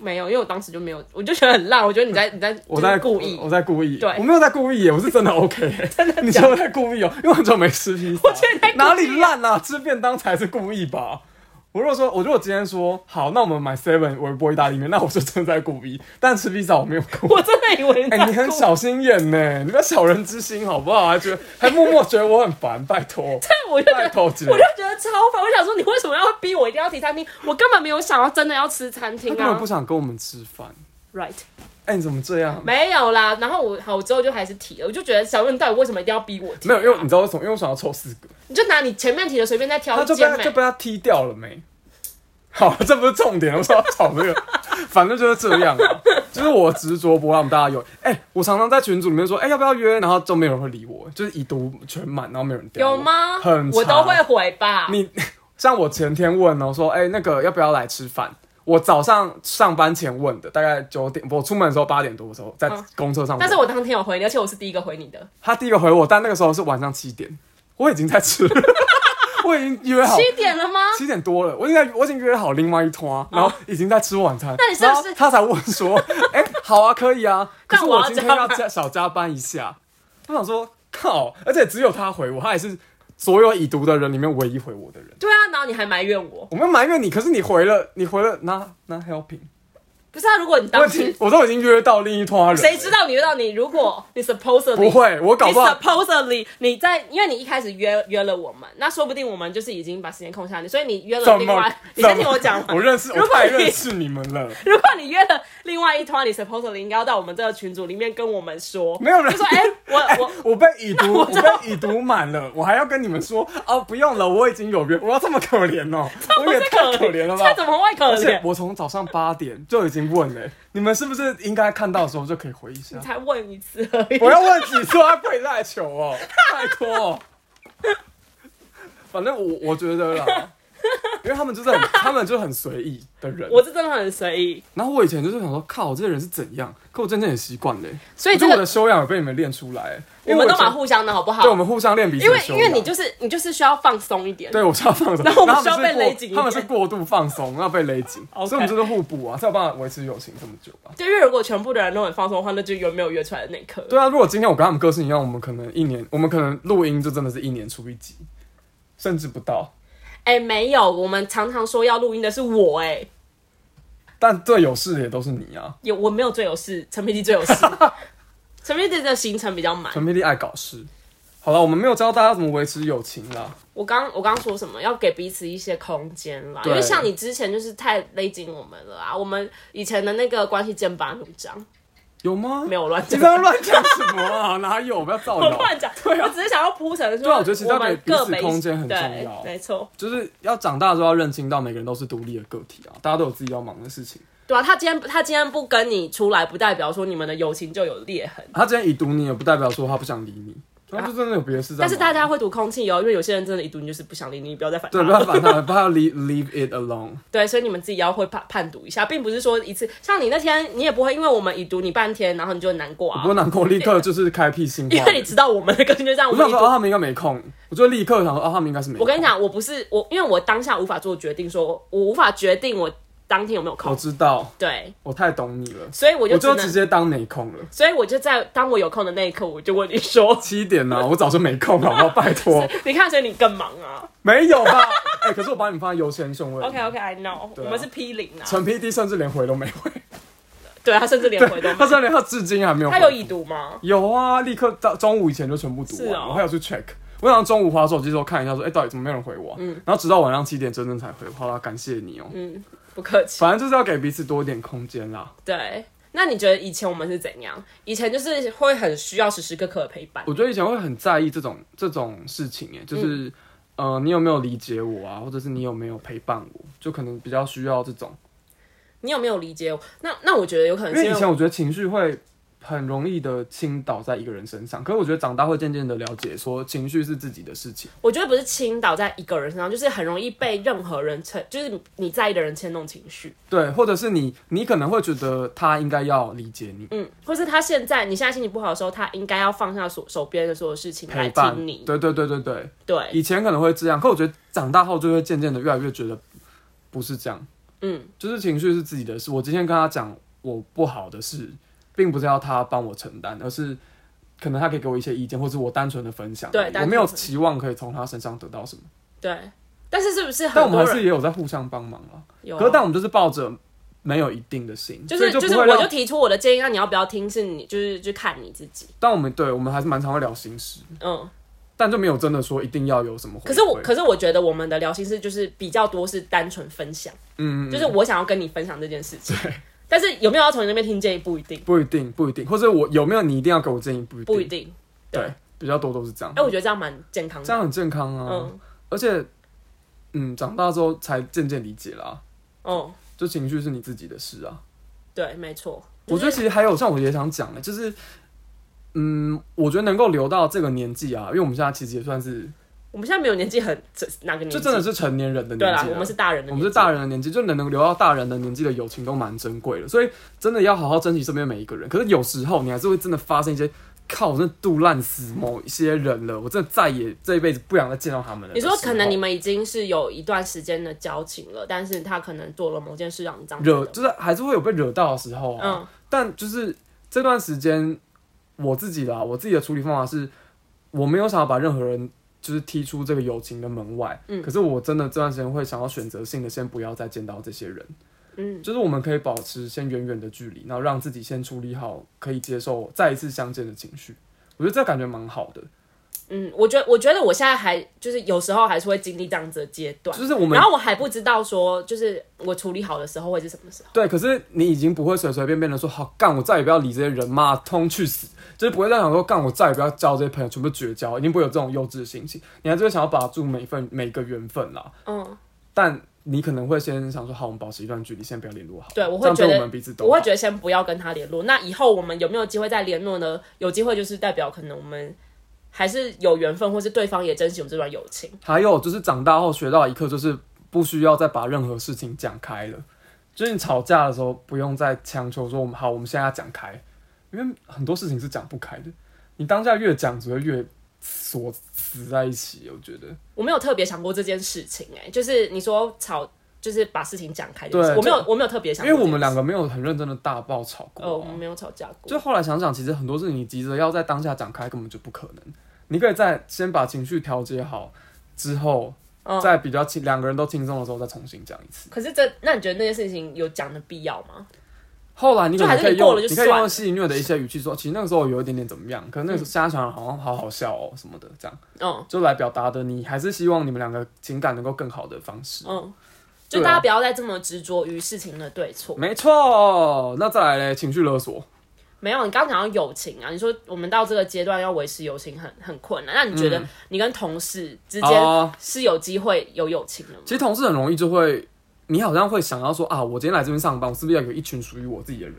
[SPEAKER 1] 没有，因为我当时就没有，我就觉得很烂。我觉得你在你在
[SPEAKER 2] 我在
[SPEAKER 1] 就是故意，
[SPEAKER 2] 我我在故意，
[SPEAKER 1] 对
[SPEAKER 2] 我没有在故意耶，我是真的 OK，真的。你说我在故意哦、因为我很久没吃披萨，我
[SPEAKER 1] 觉得你在故意啊
[SPEAKER 2] 哪里烂啊？吃便当才是故意吧？我如果说，我如果今天说好，那我们买 Seven 微波意大利面，那我就真的在故意。但吃披萨我没有故意。
[SPEAKER 1] 我真的以为你在故
[SPEAKER 2] 哎、
[SPEAKER 1] 意。
[SPEAKER 2] 你很小心眼呢，你不要小人之心好不好？还觉得还默默觉得我很烦，拜托。
[SPEAKER 1] 但 我就觉
[SPEAKER 2] 拜
[SPEAKER 1] 得，
[SPEAKER 2] 托
[SPEAKER 1] 我
[SPEAKER 2] 之
[SPEAKER 1] 就
[SPEAKER 2] 类的
[SPEAKER 1] 觉得超烦。我想说，你为什么要逼我一定要提餐厅？我根本没有想要真的要吃餐
[SPEAKER 2] 他
[SPEAKER 1] 厅
[SPEAKER 2] 根
[SPEAKER 1] 啊
[SPEAKER 2] 本不。想跟我们吃饭。
[SPEAKER 1] Right，
[SPEAKER 2] 哎、你怎么这样？
[SPEAKER 1] 没有啦。然后我好，我之后就还是提了，我就觉得小润到底为什么一定要逼我提？
[SPEAKER 2] 没有，因为你知道为什么？因为我想要凑四个，
[SPEAKER 1] 你就拿你前面提的随便再挑一
[SPEAKER 2] 他啊就被
[SPEAKER 1] 间
[SPEAKER 2] 他
[SPEAKER 1] 呗
[SPEAKER 2] 就。被他踢掉了没？ 好，这不是重点，我说要吵这个， 反正就是这样啊，就是我执着不让大家有。哎、我常常在群组里面说，哎、要不要约？然后都没有人会理我，就是已读全满，然后没有人屌我
[SPEAKER 1] 有吗？
[SPEAKER 2] 很
[SPEAKER 1] 我都
[SPEAKER 2] 长
[SPEAKER 1] 会回吧。
[SPEAKER 2] 你像我前天问哦，说哎、那个要不要来吃饭？我早上上班前问的，大概九点，我出门的时候八点多的时候，在
[SPEAKER 1] 嗯
[SPEAKER 2] 公车上问。
[SPEAKER 1] 但是我当天有回你，而且我是第一个回你的。
[SPEAKER 2] 他第一个回我，但那个时候是晚上七点，我已经在吃了， 我已经约好
[SPEAKER 1] 七点了吗？
[SPEAKER 2] 七点多了，我应该我已经约好另外一团，然后已经在吃晚餐。
[SPEAKER 1] 那你是不是
[SPEAKER 2] 然后他才问说，哎、好啊，可 以啊，可
[SPEAKER 1] 但
[SPEAKER 2] 是
[SPEAKER 1] 我要
[SPEAKER 2] 我今天
[SPEAKER 1] 加
[SPEAKER 2] 要
[SPEAKER 1] 班
[SPEAKER 2] 加少加班一下。我想说，靠，而且只有他回我，他也是所有已读的人里面唯一回我的人。
[SPEAKER 1] 对啊，然后你还埋怨我。
[SPEAKER 2] 我没有埋怨你，可是你回了，你回了拿拿 helping，
[SPEAKER 1] 不是啊，如果你
[SPEAKER 2] 我
[SPEAKER 1] 当
[SPEAKER 2] 已经
[SPEAKER 1] 时
[SPEAKER 2] 我都已经约到另一团人，
[SPEAKER 1] 谁知？道你遇到你，如果你 supposedly
[SPEAKER 2] 不会，我搞
[SPEAKER 1] 你
[SPEAKER 2] 不好
[SPEAKER 1] supposedly 你在，因为你一开始约约了我们，那说不定我们就是已经把时间空下来，所以你约了
[SPEAKER 2] 怎
[SPEAKER 1] 另
[SPEAKER 2] 么
[SPEAKER 1] 外，？你先
[SPEAKER 2] 怎么
[SPEAKER 1] 听我讲完
[SPEAKER 2] 我。认识，
[SPEAKER 1] 如
[SPEAKER 2] 我
[SPEAKER 1] 果
[SPEAKER 2] 太
[SPEAKER 1] 你
[SPEAKER 2] 认识你们了。
[SPEAKER 1] 如果你约了另外一团，你 supposedly 应该要到我们这个群组里面跟我们说，
[SPEAKER 2] 没有人
[SPEAKER 1] 就说 哎、我
[SPEAKER 2] 哎
[SPEAKER 1] 我
[SPEAKER 2] 我被已读，我被已读满了，我还要跟你们说 哦，不用了，我已经有约，我要这么可怜哦，我也太可怜了吧
[SPEAKER 1] 这。怎么会可
[SPEAKER 2] 而且
[SPEAKER 1] 怜？
[SPEAKER 2] 我从早上八点就已经问了、你们是不是应该看到的时候就可以回一 下
[SPEAKER 1] 你？才问一次而已。
[SPEAKER 2] 我要问几次还跪赖球哦，拜托、反正我我 觉得啦，因为他们就是很，他们就是很随意的人。
[SPEAKER 1] 我是真的很随意，
[SPEAKER 2] 然后我以前就是想说，靠，这些人是怎样？可我渐渐也习惯了、欸，
[SPEAKER 1] 所以
[SPEAKER 2] 我觉
[SPEAKER 1] 这
[SPEAKER 2] 得我的
[SPEAKER 1] 个
[SPEAKER 2] 修养有被你们练出来、欸。
[SPEAKER 1] 我
[SPEAKER 2] 因为
[SPEAKER 1] 们
[SPEAKER 2] 以
[SPEAKER 1] 都
[SPEAKER 2] 前
[SPEAKER 1] 蛮互相的好不好
[SPEAKER 2] 对，？我们互相练彼此
[SPEAKER 1] 因为
[SPEAKER 2] 的修
[SPEAKER 1] 因
[SPEAKER 2] 养。
[SPEAKER 1] 为你就是你就是需要放松一点。
[SPEAKER 2] 对我是要放 松，
[SPEAKER 1] 然后我们
[SPEAKER 2] 他
[SPEAKER 1] 需要
[SPEAKER 2] 是
[SPEAKER 1] 被
[SPEAKER 2] 过
[SPEAKER 1] 勒紧一点
[SPEAKER 2] 他们是过度放松，要被勒 紧，所以我们就是互补啊，才有办法维持友情这么久啊吧。
[SPEAKER 1] 就因为如果全部的人都很放松的话，那就有没有约出来的那一刻。
[SPEAKER 2] 对啊，如果今天我跟他们个性一样，我们可能一年，我们可能录音就真的是一年出一集，甚至不到。
[SPEAKER 1] 哎、没有，我们常常说要录音的是我、哎，
[SPEAKER 2] 但最有事的也都是你啊，
[SPEAKER 1] 也我没有最有事，陈皮迪最有 事，陈皮迪的行程比较满。
[SPEAKER 2] 陈佩丽爱搞事。好了，我们没有教大家怎么维持友情啦。
[SPEAKER 1] 我刚我刚说什么？要给彼此一些空间啦，
[SPEAKER 2] 对
[SPEAKER 1] 因为像你之前就是太勒紧我们了啊。我们以前的那个关系剑拔弩张，
[SPEAKER 2] 有吗？
[SPEAKER 1] 没有我乱
[SPEAKER 2] 你
[SPEAKER 1] 讲
[SPEAKER 2] 这，样乱讲什么啊？哪有？不要造
[SPEAKER 1] 我
[SPEAKER 2] 谣。
[SPEAKER 1] 乱讲，我只是想要铺陈说，
[SPEAKER 2] 对啊我觉得其实要给
[SPEAKER 1] 们各
[SPEAKER 2] 彼此
[SPEAKER 1] 北
[SPEAKER 2] 空间很重要
[SPEAKER 1] 对没错，
[SPEAKER 2] 就是要长大之后要认清到每个人都是独立的个体啊，大家都有自己要忙的事情。
[SPEAKER 1] 对啊，他今天他今天不跟你出来，不代表说你们的友情就有裂痕。
[SPEAKER 2] 他今天已读你，也不代表说他不想理你，他就真的有别的事在
[SPEAKER 1] 啊
[SPEAKER 2] 忙。
[SPEAKER 1] 但是大家会读空气哦，因为有些人真的一读你就是不想理你，你不要再反
[SPEAKER 2] 对，啊不
[SPEAKER 1] 他。
[SPEAKER 2] 要烦他，不要 leave leave it alone。
[SPEAKER 1] 对，所以你们自己要会判判读一下，并不是说一次像你那天，你也不会因为我们已读你半天，然后你就难过
[SPEAKER 2] 我
[SPEAKER 1] 啊
[SPEAKER 2] 不，过难过，立刻就是开辟新
[SPEAKER 1] 因
[SPEAKER 2] 话
[SPEAKER 1] 为你
[SPEAKER 2] 题。
[SPEAKER 1] 知道我们的歌就这样，我
[SPEAKER 2] 我
[SPEAKER 1] 们
[SPEAKER 2] 想
[SPEAKER 1] 已
[SPEAKER 2] 说，
[SPEAKER 1] 读
[SPEAKER 2] 啊，他们应该没空，我就立刻想说，啊，他们应该是没空。
[SPEAKER 1] 我跟你，讲，我不是我，因为我当下无法做决定说，我无法决定我当天有没有
[SPEAKER 2] 我
[SPEAKER 1] 空。
[SPEAKER 2] 知道，
[SPEAKER 1] 对，
[SPEAKER 2] 我太懂你了，
[SPEAKER 1] 所以我
[SPEAKER 2] 哦
[SPEAKER 1] 就
[SPEAKER 2] 我
[SPEAKER 1] 只
[SPEAKER 2] 就
[SPEAKER 1] 能，
[SPEAKER 2] 直接当没空了。，
[SPEAKER 1] 所以我就在当我有空的那一刻，我就问你 说
[SPEAKER 2] 七点呢、啊我早就没空了，好不好？拜托，
[SPEAKER 1] 你看，所以你更忙啊。
[SPEAKER 2] 没有吧？哎、可是我把你们放在优先顺位。
[SPEAKER 1] OK OK，I、know，、
[SPEAKER 2] 对啊
[SPEAKER 1] 我们是 P 零啊。
[SPEAKER 2] 陈 PD 甚至连回都没回，
[SPEAKER 1] 对啊他甚至连回都没
[SPEAKER 2] 他
[SPEAKER 1] 有，
[SPEAKER 2] 甚至连他至今还没有回。
[SPEAKER 1] 他有已读吗？
[SPEAKER 2] 有啊，立刻到中午以前就全部读
[SPEAKER 1] 是
[SPEAKER 2] 完，
[SPEAKER 1] 哦
[SPEAKER 2] 我还有去 check。我想中午划手机的时候看一下说、哎，到底怎么没有人回我啊、然后直到晚上七点真正才回我。好啦，感谢你哦、
[SPEAKER 1] 嗯，不客气。
[SPEAKER 2] 反正就是要给彼此多一点空间啦。
[SPEAKER 1] 对，那你觉得以前我们是怎样？以前就是会很需要时时刻刻的陪伴。
[SPEAKER 2] 我觉得以前会很在意这种这种事情、
[SPEAKER 1] 嗯
[SPEAKER 2] 哎，就是、呃，你有没有理解我啊，或者是你有没有陪伴我，就可能比较需要这种。
[SPEAKER 1] 你有没有理解我？那那我觉得有可能
[SPEAKER 2] 因
[SPEAKER 1] 是
[SPEAKER 2] 为以
[SPEAKER 1] 因
[SPEAKER 2] 前
[SPEAKER 1] 为
[SPEAKER 2] 我觉得情绪会很容易的倾倒在一个人身上，可是我觉得长大会渐渐的了解，说情绪是自己的事情。
[SPEAKER 1] 我觉得不是倾倒在一个人身上，就是很容易被任何人牵，就是你在意的人牵动情绪。
[SPEAKER 2] 对，或者是你，你可能会觉得他应该要理解你，
[SPEAKER 1] 嗯，或是他现在你现在心情不好的时候，他应该要放下手手边的所有事情来
[SPEAKER 2] 陪伴
[SPEAKER 1] 听你。
[SPEAKER 2] 对对对对对，
[SPEAKER 1] 对，
[SPEAKER 2] 以前可能会这样，可我觉得长大后就会渐渐的越来越觉得不是这样，
[SPEAKER 1] 嗯，
[SPEAKER 2] 就是情绪是自己的事。我今天跟他讲我不好的事，并不是要他帮我承担，而是可能他可以给我一些意见，或是我单纯的分享而
[SPEAKER 1] 对单
[SPEAKER 2] 已。
[SPEAKER 1] 纯
[SPEAKER 2] 我没有
[SPEAKER 1] 分享
[SPEAKER 2] 期望可以从他身上得到什么，
[SPEAKER 1] 对。但是是不是很
[SPEAKER 2] 但我们
[SPEAKER 1] 多
[SPEAKER 2] 还是
[SPEAKER 1] 人
[SPEAKER 2] 也有在互相帮忙啊。
[SPEAKER 1] 有啊
[SPEAKER 2] 可是但我们就是抱着没有一定的心，
[SPEAKER 1] 就
[SPEAKER 2] 所以
[SPEAKER 1] 是就
[SPEAKER 2] 不
[SPEAKER 1] 是
[SPEAKER 2] 会
[SPEAKER 1] 我
[SPEAKER 2] 让
[SPEAKER 1] 就提出我的建议，那你要不要听？是你就是就看你自己。
[SPEAKER 2] 但我们对我们还是蛮常会聊心事，
[SPEAKER 1] 嗯，
[SPEAKER 2] 但就没有真的说一定要有什么回馈。
[SPEAKER 1] 可是我可是我觉得我们的聊心事就是比较多是单纯分享。
[SPEAKER 2] 嗯，嗯嗯
[SPEAKER 1] 就是我想要跟你分享这件事情。但是有没有要从你那边听建议不一定，
[SPEAKER 2] 不一定不一定，或者我有没有你一定要给我建议不一定
[SPEAKER 1] 不一定。
[SPEAKER 2] 对。比较多都是这样。
[SPEAKER 1] 哎，我觉得这样蛮健康
[SPEAKER 2] 这
[SPEAKER 1] 的。
[SPEAKER 2] 样很健康啊，
[SPEAKER 1] 嗯
[SPEAKER 2] 而且，嗯，长大之后才渐渐理解啦，
[SPEAKER 1] 哦，
[SPEAKER 2] 就情绪是你自己的事啊。
[SPEAKER 1] 对，没错。
[SPEAKER 2] 我觉得其实还有像我也想讲的，就是，嗯，我觉得能够留到这个年纪啊，因为我们现在其实也算是，
[SPEAKER 1] 我们现在没有年纪很这哪个年纪？
[SPEAKER 2] 就真的是成年人的年纪
[SPEAKER 1] 对
[SPEAKER 2] 了
[SPEAKER 1] 啦，我们是大人的，
[SPEAKER 2] 我们是大，人的年纪，就能能留到大人的年纪的友情都蛮珍贵的，所以真的要好好珍惜身边每一个人。可是有时候你还是会真的发生一些，靠，我真的杜烂死某一些人了，我真的再也这一辈子不想再见到他们了。
[SPEAKER 1] 你说可能你
[SPEAKER 2] 们
[SPEAKER 1] 们已经是有一段时间的交情了，但是他可能做了某件事让你这样觉
[SPEAKER 2] 惹，
[SPEAKER 1] 得，
[SPEAKER 2] 就是还是会有被惹到的时候啊。
[SPEAKER 1] 嗯
[SPEAKER 2] 但就是这段时间，我自己啦，我自己的处理方法是，我没有想要把任何人就是踢出这个友情的门外。
[SPEAKER 1] 嗯
[SPEAKER 2] 可是我真的这段时间会想要选择性的先不要再见到这些人。
[SPEAKER 1] 嗯，
[SPEAKER 2] 就是我们可以保持先远远的距离，然后让自己先处理好可以接受再一次相见的情绪。我觉得这感觉蛮好的，
[SPEAKER 1] 嗯，我觉得，我觉得我现在还就是有时候还是会经历这样子的阶段，
[SPEAKER 2] 就是我们
[SPEAKER 1] 然后我还不知道说，就是我处理好的时候会是什么时候。
[SPEAKER 2] 对。可是你已经不会随随便便的说好干，我再也不要理这些人嘛，通去死，就是不会再想说干，我再也不要交这些朋友，全部绝交，一定不会有这种幼稚的心情。你还是会想要把住每份每个缘分啦，
[SPEAKER 1] 嗯，
[SPEAKER 2] 但你可能会先想说好，我们保持一段距离，先不要联络好了。
[SPEAKER 1] 对我会
[SPEAKER 2] 这样对
[SPEAKER 1] 觉得
[SPEAKER 2] 我们彼此都
[SPEAKER 1] 我会
[SPEAKER 2] 好
[SPEAKER 1] 觉得先不要跟他联络。那以后我们有没有机会再联络呢？有机会就是代表可能我们还是有缘分，或是对方也珍惜我们这段友情。
[SPEAKER 2] 还有就是长大后学到一课，就是不需要再把任何事情讲开了。就是你吵架的时候，不用再强求说我们好，我们现在要讲开，因为很多事情是讲不开的。你当下越讲，只会越锁死在一起。我觉得，
[SPEAKER 1] 我没有特别想过这件事情、哎，就是你说吵，就是把事情讲开这件事，
[SPEAKER 2] 对
[SPEAKER 1] 我没有
[SPEAKER 2] 就，
[SPEAKER 1] 我没有特别想
[SPEAKER 2] 因
[SPEAKER 1] 过这
[SPEAKER 2] 为
[SPEAKER 1] 件事，
[SPEAKER 2] 我们两个没有很认真的大爆吵过、啊。
[SPEAKER 1] 呃，我们没有吵架过，
[SPEAKER 2] 就后来想想，其实很多事情你急着要在当下讲开，根本就不可能。你可以在先把情绪调节好之后，
[SPEAKER 1] 嗯
[SPEAKER 2] 在比较轻两个人都轻松的时候再重新讲一次。
[SPEAKER 1] 可是这，那你觉得那件事情有讲的必要吗？
[SPEAKER 2] 后来你可能可
[SPEAKER 1] 就还是
[SPEAKER 2] 以
[SPEAKER 1] 你过
[SPEAKER 2] 用，
[SPEAKER 1] 了就
[SPEAKER 2] 你
[SPEAKER 1] 算
[SPEAKER 2] 可
[SPEAKER 1] 了
[SPEAKER 2] 以用戏谑的一些语气说，其实那个时候有一点点怎么样，可能那个时候现在想想好像好好笑哦什么的，这样
[SPEAKER 1] 嗯
[SPEAKER 2] 就来表达的你还是希望你们两个情感能够更好的方式。
[SPEAKER 1] 嗯，就
[SPEAKER 2] 对啊
[SPEAKER 1] 大家不要再这么执着于事情的对错。
[SPEAKER 2] 没错，那再来嘞，情绪勒索，
[SPEAKER 1] 没有，你刚刚讲到友情啊，你说我们到这个阶段要维持友情很很困难。那你觉得你跟同事之间
[SPEAKER 2] 嗯哦
[SPEAKER 1] 是有机会有友情的吗？
[SPEAKER 2] 其实同事很容易就会，你好像会想要说啊，我今天来这边上班，我是不是要有一群属于我自己的人？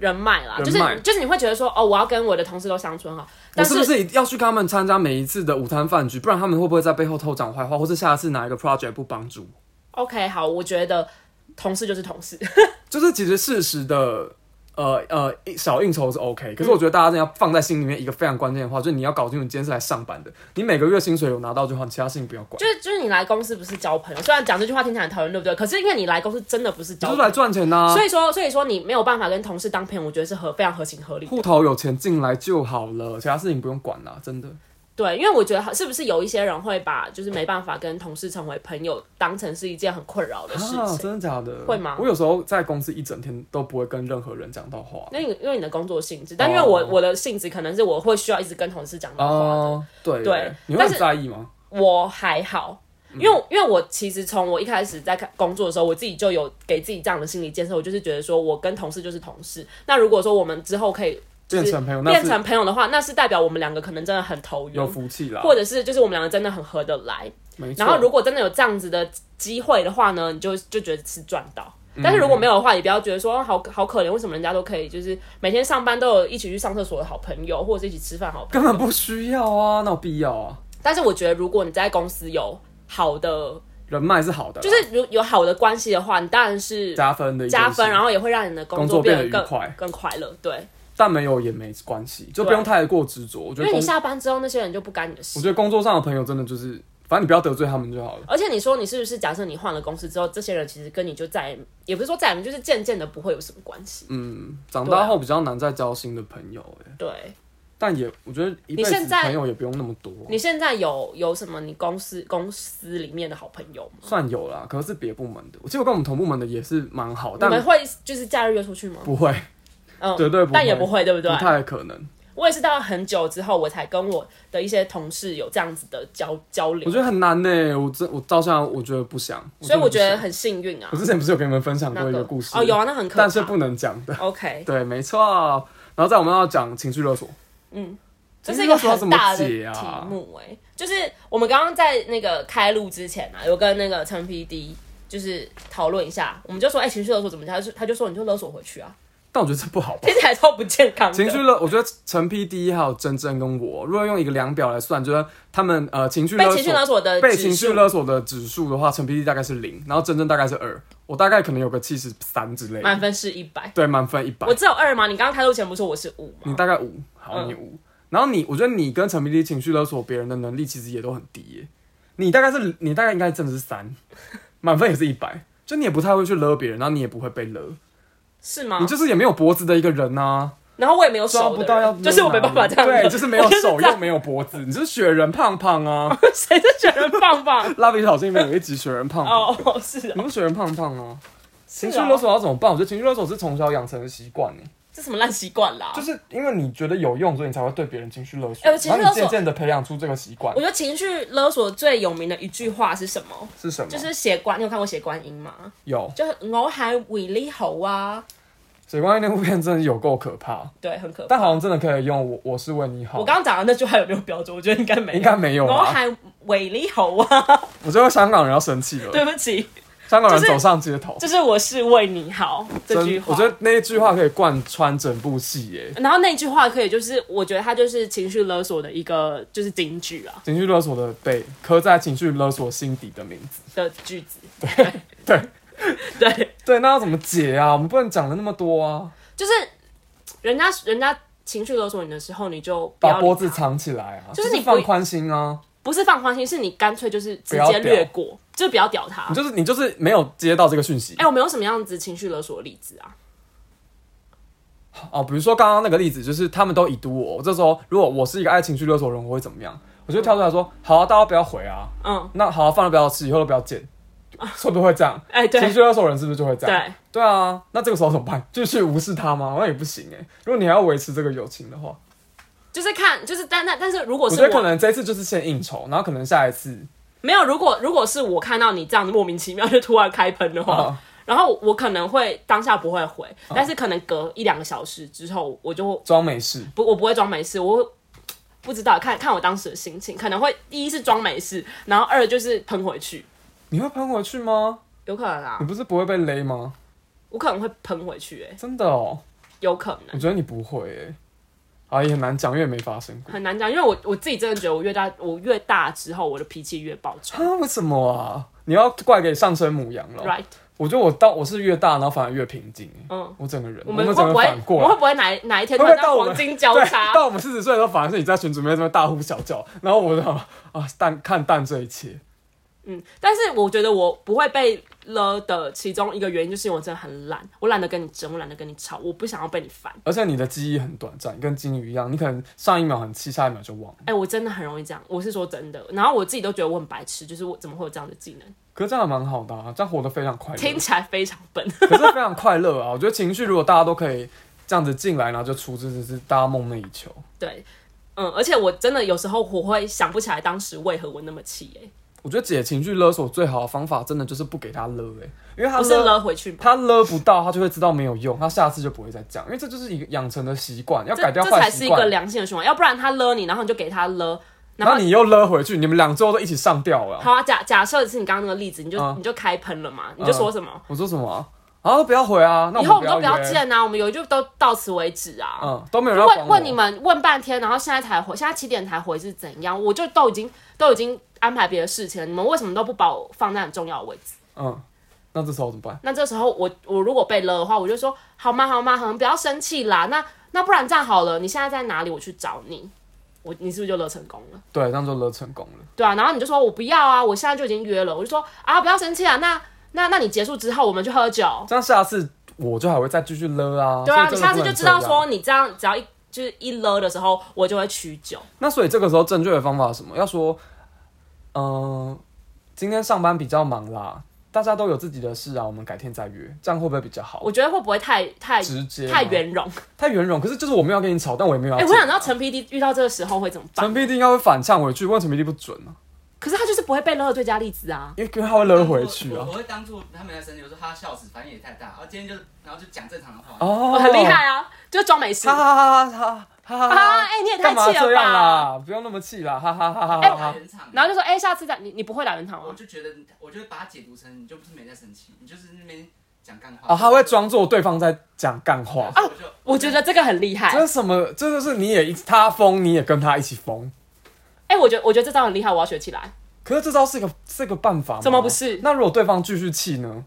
[SPEAKER 1] 人脉啦，就
[SPEAKER 2] 人脉
[SPEAKER 1] 是就是你会觉得说，哦，我要跟我的同事都相处很好，
[SPEAKER 2] 我
[SPEAKER 1] 但
[SPEAKER 2] 是不是要去跟他们参加每一次的午餐饭局？不然他们会不会在背后偷讲我坏话，或是下一次哪一个 project 不帮助我？
[SPEAKER 1] OK 好，我觉得同事就是同事，
[SPEAKER 2] 就是其实适时的，呃呃，一小应酬是
[SPEAKER 1] 嗯
[SPEAKER 2] OK，可是我觉得大家真的要放在心里面一个非常关键的话，就是你要搞清楚你今天是来上班的，你每个月薪水有拿到就好，你其他事情不要管，啊
[SPEAKER 1] 就是就是你来公司不是交朋友，虽然讲这句话听起来很讨厌，对不对？可是因为你来公司真的不是
[SPEAKER 2] 你
[SPEAKER 1] 交
[SPEAKER 2] 就是
[SPEAKER 1] 朋友，
[SPEAKER 2] 来赚钱啊呐、
[SPEAKER 1] 所以说所以说你没有办法跟同事当朋友，我觉得是合非常合情合理的。
[SPEAKER 2] 户头有钱进来就好了，其他事情不用管啦，真的。
[SPEAKER 1] 对，因为我觉得是不是有一些人会把就是没办法跟同事成为朋友，当成是一件很困扰的事
[SPEAKER 2] 啊，
[SPEAKER 1] 情。
[SPEAKER 2] 真的假的？
[SPEAKER 1] 会吗
[SPEAKER 2] 我有时候在公司一整天都不会跟任何人讲到话。
[SPEAKER 1] 那因为因为你的工作性质，但因为我、
[SPEAKER 2] 哦
[SPEAKER 1] 我的性质可能是我会需要一直跟同事讲到话，
[SPEAKER 2] 哦，对
[SPEAKER 1] 对
[SPEAKER 2] 你会
[SPEAKER 1] 但
[SPEAKER 2] 很
[SPEAKER 1] 是
[SPEAKER 2] 在意吗？
[SPEAKER 1] 我还好，
[SPEAKER 2] 嗯
[SPEAKER 1] 因为因为我其实从我一开始在看工作的时候，我自己就有给自己这样的心理建设，我就是觉得说我跟同事就是同事。那如果说我们之后可以
[SPEAKER 2] 变成朋友，那
[SPEAKER 1] 变
[SPEAKER 2] 是
[SPEAKER 1] 成朋友的话，那是代表我们两个可能真的很投
[SPEAKER 2] 有
[SPEAKER 1] 缘，
[SPEAKER 2] 福气啦。
[SPEAKER 1] 或者是就是我们两个真的很合得来。
[SPEAKER 2] 没错
[SPEAKER 1] 然后如果真的有这样子的机会的话呢，你就就觉得是赚到。
[SPEAKER 2] 嗯
[SPEAKER 1] 但是如果没有的话，也不要觉得说哦好好可怜，为什么人家都可以就是每天上班都有一起去上厕所的好朋友，或者是一起吃饭好朋
[SPEAKER 2] 根
[SPEAKER 1] 友。
[SPEAKER 2] 本不需要啊，那有必要啊？
[SPEAKER 1] 但是我觉得，如果你在公司有好的，
[SPEAKER 2] 人脉是好的啦，
[SPEAKER 1] 就是如有好的关系的话，你当然是
[SPEAKER 2] 加分的一件
[SPEAKER 1] 加
[SPEAKER 2] 事
[SPEAKER 1] 分，然后也会让你的工
[SPEAKER 2] 工作
[SPEAKER 1] 变
[SPEAKER 2] 变得
[SPEAKER 1] 更
[SPEAKER 2] 愉快
[SPEAKER 1] 更快乐。对，
[SPEAKER 2] 但没有也没关系，就不用太过执着。我觉
[SPEAKER 1] 啊因
[SPEAKER 2] 得
[SPEAKER 1] 为
[SPEAKER 2] 工，
[SPEAKER 1] 你下班之后，那些人就不干你的
[SPEAKER 2] 我
[SPEAKER 1] 事。
[SPEAKER 2] 觉得工作上的朋友真的就是，反正你不要得罪他们就好了。
[SPEAKER 1] 而且你说你是不是假设你换了公司之后，这些人其实跟你就再也也不是说再也就是渐渐的不会有什么关系。
[SPEAKER 2] 嗯，长
[SPEAKER 1] 对啊
[SPEAKER 2] 大后比较难再交新的朋友、欸，
[SPEAKER 1] 对，
[SPEAKER 2] 但也我觉得一辈
[SPEAKER 1] 你现
[SPEAKER 2] 子
[SPEAKER 1] 在
[SPEAKER 2] 朋友也不用那么多，啊
[SPEAKER 1] 你现在有有什么你公司公司里面的好朋友吗？
[SPEAKER 2] 算有啦。可是是别部门的，我记得我跟我们同部门的也是蛮好，
[SPEAKER 1] 你们
[SPEAKER 2] 但
[SPEAKER 1] 会就是假日约出去吗？
[SPEAKER 2] 不会，
[SPEAKER 1] 嗯，
[SPEAKER 2] 绝对不会
[SPEAKER 1] 但也不会，对不
[SPEAKER 2] 不
[SPEAKER 1] 对？啊
[SPEAKER 2] 太可能。
[SPEAKER 1] 我也是到很久之后，我才跟我的一些同事有这样子的交交流
[SPEAKER 2] 我觉，得很难呢、我真我到现在我觉得不想，
[SPEAKER 1] 所以我觉
[SPEAKER 2] 真的
[SPEAKER 1] 得
[SPEAKER 2] 不想。
[SPEAKER 1] 很幸运啊
[SPEAKER 2] 我。之前不是有跟你们分享过一
[SPEAKER 1] 那
[SPEAKER 2] 个
[SPEAKER 1] 个
[SPEAKER 2] 故事
[SPEAKER 1] 哦，有啊，那很可怕。
[SPEAKER 2] 但是不能讲的。
[SPEAKER 1] OK，
[SPEAKER 2] 对，没错。然后再我们要讲情绪勒索，嗯，
[SPEAKER 1] 这是一个
[SPEAKER 2] 其实那时候
[SPEAKER 1] 很大的
[SPEAKER 2] 怎么解
[SPEAKER 1] 题
[SPEAKER 2] 啊
[SPEAKER 1] 目哎、就是我们刚刚在那个开录之前啊，有跟那个陈 PD 就是讨论一下，我们就说哎、情绪勒索怎么讲？他就他就说你就勒索回去啊，
[SPEAKER 2] 但我觉得这不好吧
[SPEAKER 1] 听。起来超不健康的。
[SPEAKER 2] 情绪勒，我觉得陈 P D 还有珍珍跟我，如果用一个量表来算，就是他们呃情绪勒
[SPEAKER 1] 被
[SPEAKER 2] 索
[SPEAKER 1] 情绪勒索的
[SPEAKER 2] 被
[SPEAKER 1] 指
[SPEAKER 2] 情绪
[SPEAKER 1] 数
[SPEAKER 2] 勒索的指数的话，陈 P D 大概是零，然后珍珍大概是二，我大概可能有个七十三之类的，
[SPEAKER 1] 满分是一百，
[SPEAKER 2] 对，满分一百
[SPEAKER 1] 我，只有二吗？你刚刚开录前不是说我是五
[SPEAKER 2] 你
[SPEAKER 1] 吗？
[SPEAKER 2] 大概五，好，
[SPEAKER 1] 嗯
[SPEAKER 2] 你五，然后你，我觉得你跟陈 P D 情绪勒索别人的能力其实也都很低耶，你大概是你大概应该真的是三， 满分也是一百，就你也不太会去勒别人，然后你也不会被勒，
[SPEAKER 1] 是吗
[SPEAKER 2] 你？就是也没有脖子的一个人啊。
[SPEAKER 1] 然后我也没有
[SPEAKER 2] 抓
[SPEAKER 1] 手
[SPEAKER 2] 不
[SPEAKER 1] 的
[SPEAKER 2] 到要啊
[SPEAKER 1] 人，就是我没办法这样勒，
[SPEAKER 2] 对，就是没有手
[SPEAKER 1] 我就是这
[SPEAKER 2] 又
[SPEAKER 1] 样
[SPEAKER 2] 没有脖子，你是雪人胖胖啊！
[SPEAKER 1] 谁是觉得棒棒？
[SPEAKER 2] 蜡笔小新里面有一集雪人胖胖，
[SPEAKER 1] 哦，是
[SPEAKER 2] 你
[SPEAKER 1] 哦，
[SPEAKER 2] 们雪人胖胖啊？
[SPEAKER 1] 是
[SPEAKER 2] 情
[SPEAKER 1] 哦
[SPEAKER 2] 绪勒索要怎么办？我觉得情绪勒索是从小养成的习惯呢，
[SPEAKER 1] 这什么烂习惯啦？
[SPEAKER 2] 就是因为你觉得有用，所以你才会对别人情绪勒索，
[SPEAKER 1] 哎我情绪
[SPEAKER 2] 然
[SPEAKER 1] 勒索
[SPEAKER 2] 后你渐渐的培养出这个习惯
[SPEAKER 1] 我觉得情绪勒索最有名的一句话是什么？
[SPEAKER 2] 是什么？
[SPEAKER 1] 就是血观，你有看过血观音吗？
[SPEAKER 2] 有
[SPEAKER 1] 就是我还为你好啊，
[SPEAKER 2] 水光一那部片真的有够可怕，
[SPEAKER 1] 对，很可怕。
[SPEAKER 2] 但好像真的可以用我我是为你好，
[SPEAKER 1] 我刚刚讲的那句话有没有标准？我觉得应该没有，
[SPEAKER 2] 应该没有
[SPEAKER 1] 我
[SPEAKER 2] 啊，
[SPEAKER 1] 还为你好啊，
[SPEAKER 2] 我觉得香港人要生气了，
[SPEAKER 1] 对不起，
[SPEAKER 2] 香港人
[SPEAKER 1] 就是
[SPEAKER 2] 走上街头，
[SPEAKER 1] 就是我是为你好这
[SPEAKER 2] 真
[SPEAKER 1] 句话。
[SPEAKER 2] 我觉得那一句话可以贯穿整部戏耶。
[SPEAKER 1] 然后那句话可以就是，我觉得它就是情绪勒索的一个就是金句啊
[SPEAKER 2] 情绪勒索的被刻在情绪勒索心底的名字。
[SPEAKER 1] 的句子，
[SPEAKER 2] 对
[SPEAKER 1] 对，
[SPEAKER 2] 对，那要怎么解啊？我们不能讲的那么多啊，
[SPEAKER 1] 就是人家人家情绪勒索你的时候，你就不要
[SPEAKER 2] 把
[SPEAKER 1] 理
[SPEAKER 2] 脖子
[SPEAKER 1] 他
[SPEAKER 2] 藏起来啊，
[SPEAKER 1] 就
[SPEAKER 2] 就是是
[SPEAKER 1] 你不
[SPEAKER 2] 放宽心啊，
[SPEAKER 1] 不是放宽心，是你干脆就是直
[SPEAKER 2] 不要
[SPEAKER 1] 接
[SPEAKER 2] 屌
[SPEAKER 1] 略过，就不要屌他
[SPEAKER 2] 你。就是你就是没有接到这个讯息
[SPEAKER 1] 哎、我们有什么样子情绪勒索的例子啊？
[SPEAKER 2] 哦。比如说刚刚那个例子，就是他们都已读我，我这时候如果我是一个爱情绪勒索的人，我会怎么样？我就跳出来说，好啊，大家不要回啊，
[SPEAKER 1] 嗯，
[SPEAKER 2] 那好啊，饭都不要吃，以后都不要 见，会不会这样？
[SPEAKER 1] 哎、
[SPEAKER 2] 情
[SPEAKER 1] 啊对
[SPEAKER 2] 绪勒索人是不是就会这样？
[SPEAKER 1] 对，
[SPEAKER 2] 对啊，那这个时候怎么办？继续无视他吗？那也不行哎、如果你还要维持这个友情的话，
[SPEAKER 1] 就是看，就是但但但是如果
[SPEAKER 2] 我
[SPEAKER 1] 是
[SPEAKER 2] 觉得可
[SPEAKER 1] 我
[SPEAKER 2] 能这一次就是先应酬，然后可能下一次
[SPEAKER 1] 没有，如果如果是我看到你这样莫名其妙就突然开喷的话，
[SPEAKER 2] 啊，
[SPEAKER 1] 然后我可能会当下不会回，
[SPEAKER 2] 哦
[SPEAKER 1] 但是可能隔一两个小时之后，我就会
[SPEAKER 2] 装没事，
[SPEAKER 1] 不我不会装没事，我会不知道看看我当时的心情，可能会第一是装没事，然后二就是喷回去，
[SPEAKER 2] 你会喷回去吗？
[SPEAKER 1] 有可能啊
[SPEAKER 2] 你，不是不会被勒吗？
[SPEAKER 1] 我可能会喷回去、哎，
[SPEAKER 2] 真的哦，
[SPEAKER 1] 有可能
[SPEAKER 2] 我。觉得你不会诶、啊，也很难讲，因为没发生过。
[SPEAKER 1] 很难讲，因为我我自己真的觉得，我越大我越大之后，我的脾气越暴躁。
[SPEAKER 2] 啊，为什么啊？你要怪给上升母羊了。
[SPEAKER 1] Right，
[SPEAKER 2] 我觉得我到我是越大，然后反而越平静、欸。
[SPEAKER 1] 嗯，
[SPEAKER 2] 我整个人，
[SPEAKER 1] 我
[SPEAKER 2] 我
[SPEAKER 1] 们会
[SPEAKER 2] 整
[SPEAKER 1] 不
[SPEAKER 2] 个
[SPEAKER 1] 会
[SPEAKER 2] 反过
[SPEAKER 1] 我们
[SPEAKER 2] 来
[SPEAKER 1] 会。不会哪一哪一天
[SPEAKER 2] 会
[SPEAKER 1] 突
[SPEAKER 2] 不会
[SPEAKER 1] 然
[SPEAKER 2] 到我
[SPEAKER 1] 黄
[SPEAKER 2] 们
[SPEAKER 1] 金交
[SPEAKER 2] 对，
[SPEAKER 1] 叉？
[SPEAKER 2] 到我们四十岁的时候，反而是你在群组里面这么大呼小叫，然后我就啊淡看淡这一切。
[SPEAKER 1] 嗯，但是我觉得我不会被勒的其中一个原因，就是因为我真的很懒，我懒得跟你争，我懒得跟你吵，我不想要被你烦。
[SPEAKER 2] 而且你的记忆很短暂，跟金鱼一样，你可能上一秒很气，下一秒就忘了。
[SPEAKER 1] 哎、我真的很容易这样，我是说真的。然后我自己都觉得我很白痴，就是我怎么会有这样的技能？
[SPEAKER 2] 可是这样还蛮好的啊，这样活得非常快乐。
[SPEAKER 1] 听起来非常笨。
[SPEAKER 2] 可是非常快乐啊！我觉得情绪如果大家都可以这样子进来，然后就出，这只是大家梦寐以求。
[SPEAKER 1] 对，嗯，而且我真的有时候我会想不起来当时为何我那么气、哎，
[SPEAKER 2] 我觉得解情绪勒索最好的方法，真的就是不给他勒哎、因为他
[SPEAKER 1] 不是
[SPEAKER 2] 勒
[SPEAKER 1] 勒回去吗？
[SPEAKER 2] 他勒不到，他就会知道没有用，他下次就不会再讲，因为这就是一个养成的习惯，要
[SPEAKER 1] 这
[SPEAKER 2] 改掉
[SPEAKER 1] 这
[SPEAKER 2] 坏
[SPEAKER 1] 才是
[SPEAKER 2] 习
[SPEAKER 1] 一个
[SPEAKER 2] 惯。
[SPEAKER 1] 良性的循环，要不然他勒你，然后你就给他勒，然
[SPEAKER 2] 然
[SPEAKER 1] 后
[SPEAKER 2] 后你又勒回去，你们两周都一起上吊了啊。
[SPEAKER 1] 好啊，假假设是你刚刚那个例子，你就、
[SPEAKER 2] 嗯
[SPEAKER 1] 你就开喷了嘛，你就说什么？
[SPEAKER 2] 我说什么啊？然后不要回啊！那
[SPEAKER 1] 以后我
[SPEAKER 2] 我
[SPEAKER 1] 们都
[SPEAKER 2] 们
[SPEAKER 1] 不要
[SPEAKER 2] 约。
[SPEAKER 1] 见啊，我们有一句都到此为止啊。
[SPEAKER 2] 嗯，都没有人要管
[SPEAKER 1] 问
[SPEAKER 2] 我
[SPEAKER 1] 问你，们问半天，然后现在才回，现在七点才回是怎样？我就都已经都已经安排别的事情了，你们为什么都不把我放在很重要的位置？
[SPEAKER 2] 嗯，那这时候怎么办？
[SPEAKER 1] 那这时候我我如果被勒的话，我就说好吗好吗，好吗，不要生气啦。那那不然这样好了，你现在在哪里？我去找你。我你是不是就勒成功了？
[SPEAKER 2] 对，这样就勒成功了。
[SPEAKER 1] 对啊，然后你就说我不要啊，我现在就已经约了，我就说啊，不要生气啊，那那那你结束之后我们去喝酒，
[SPEAKER 2] 这样下次我就还会再继续勒啊。
[SPEAKER 1] 对啊，
[SPEAKER 2] 所
[SPEAKER 1] 你
[SPEAKER 2] 以真的
[SPEAKER 1] 下次
[SPEAKER 2] 不
[SPEAKER 1] 就
[SPEAKER 2] 能
[SPEAKER 1] 知
[SPEAKER 2] 这
[SPEAKER 1] 道
[SPEAKER 2] 样
[SPEAKER 1] 说你这样只要一就是一勒的时候，我就会取酒，
[SPEAKER 2] 那所以这个时候正确的方法是什么？要说，嗯、今天上班比较忙啦，大家都有自己的事啊，我们改天再约，这样会不会比较好
[SPEAKER 1] 我？觉得会不会太太
[SPEAKER 2] 直接吗
[SPEAKER 1] 太圆融？
[SPEAKER 2] 太圆融，可是就是我没有跟你吵，但我也没有
[SPEAKER 1] 哎、
[SPEAKER 2] 要。
[SPEAKER 1] 我想知道陈 PD 遇到这个时候会怎么办
[SPEAKER 2] 陈，PD 应该会反呛回去，问陈 PD 不准啊，
[SPEAKER 1] 可是他就是不会被勒的最佳例子啊。
[SPEAKER 2] 因为因为他会勒回去
[SPEAKER 3] 我
[SPEAKER 2] 啊
[SPEAKER 3] 我。会当初他们在生气，我说他笑死，反正也哦太大。然后今天就然后就讲正常的话。
[SPEAKER 2] 哦
[SPEAKER 1] 我很厉害啊，就装没事
[SPEAKER 2] 哈，哈哈哈哈
[SPEAKER 1] 啊，
[SPEAKER 2] 哈哈哈！
[SPEAKER 1] 哎、你也太
[SPEAKER 2] 干嘛
[SPEAKER 1] 气
[SPEAKER 2] 这
[SPEAKER 1] 了
[SPEAKER 2] 样啊
[SPEAKER 1] 吧！
[SPEAKER 2] 啦？不用那么气啦！哈哈哈哈哈
[SPEAKER 3] 打
[SPEAKER 2] 哈！
[SPEAKER 3] 圆场，
[SPEAKER 1] 然后就说，哎、下次再你你不会打圆场
[SPEAKER 3] 我
[SPEAKER 1] 吗？
[SPEAKER 3] 就觉得，我就会把它解读成你就不是没在生气，你就是那边讲干话。
[SPEAKER 2] 啊，他会装作对方在讲干话，
[SPEAKER 1] 哦
[SPEAKER 3] 啊，我就
[SPEAKER 1] 我觉得这个很厉害。
[SPEAKER 2] 这是什么？这就是你也一他疯，你也跟他一起疯。
[SPEAKER 1] 哎、我觉得我觉得这招很厉害，我要学起来。
[SPEAKER 2] 可是这招是一个是个办法吗，
[SPEAKER 1] 怎么不是
[SPEAKER 2] 那如果对方继续气呢？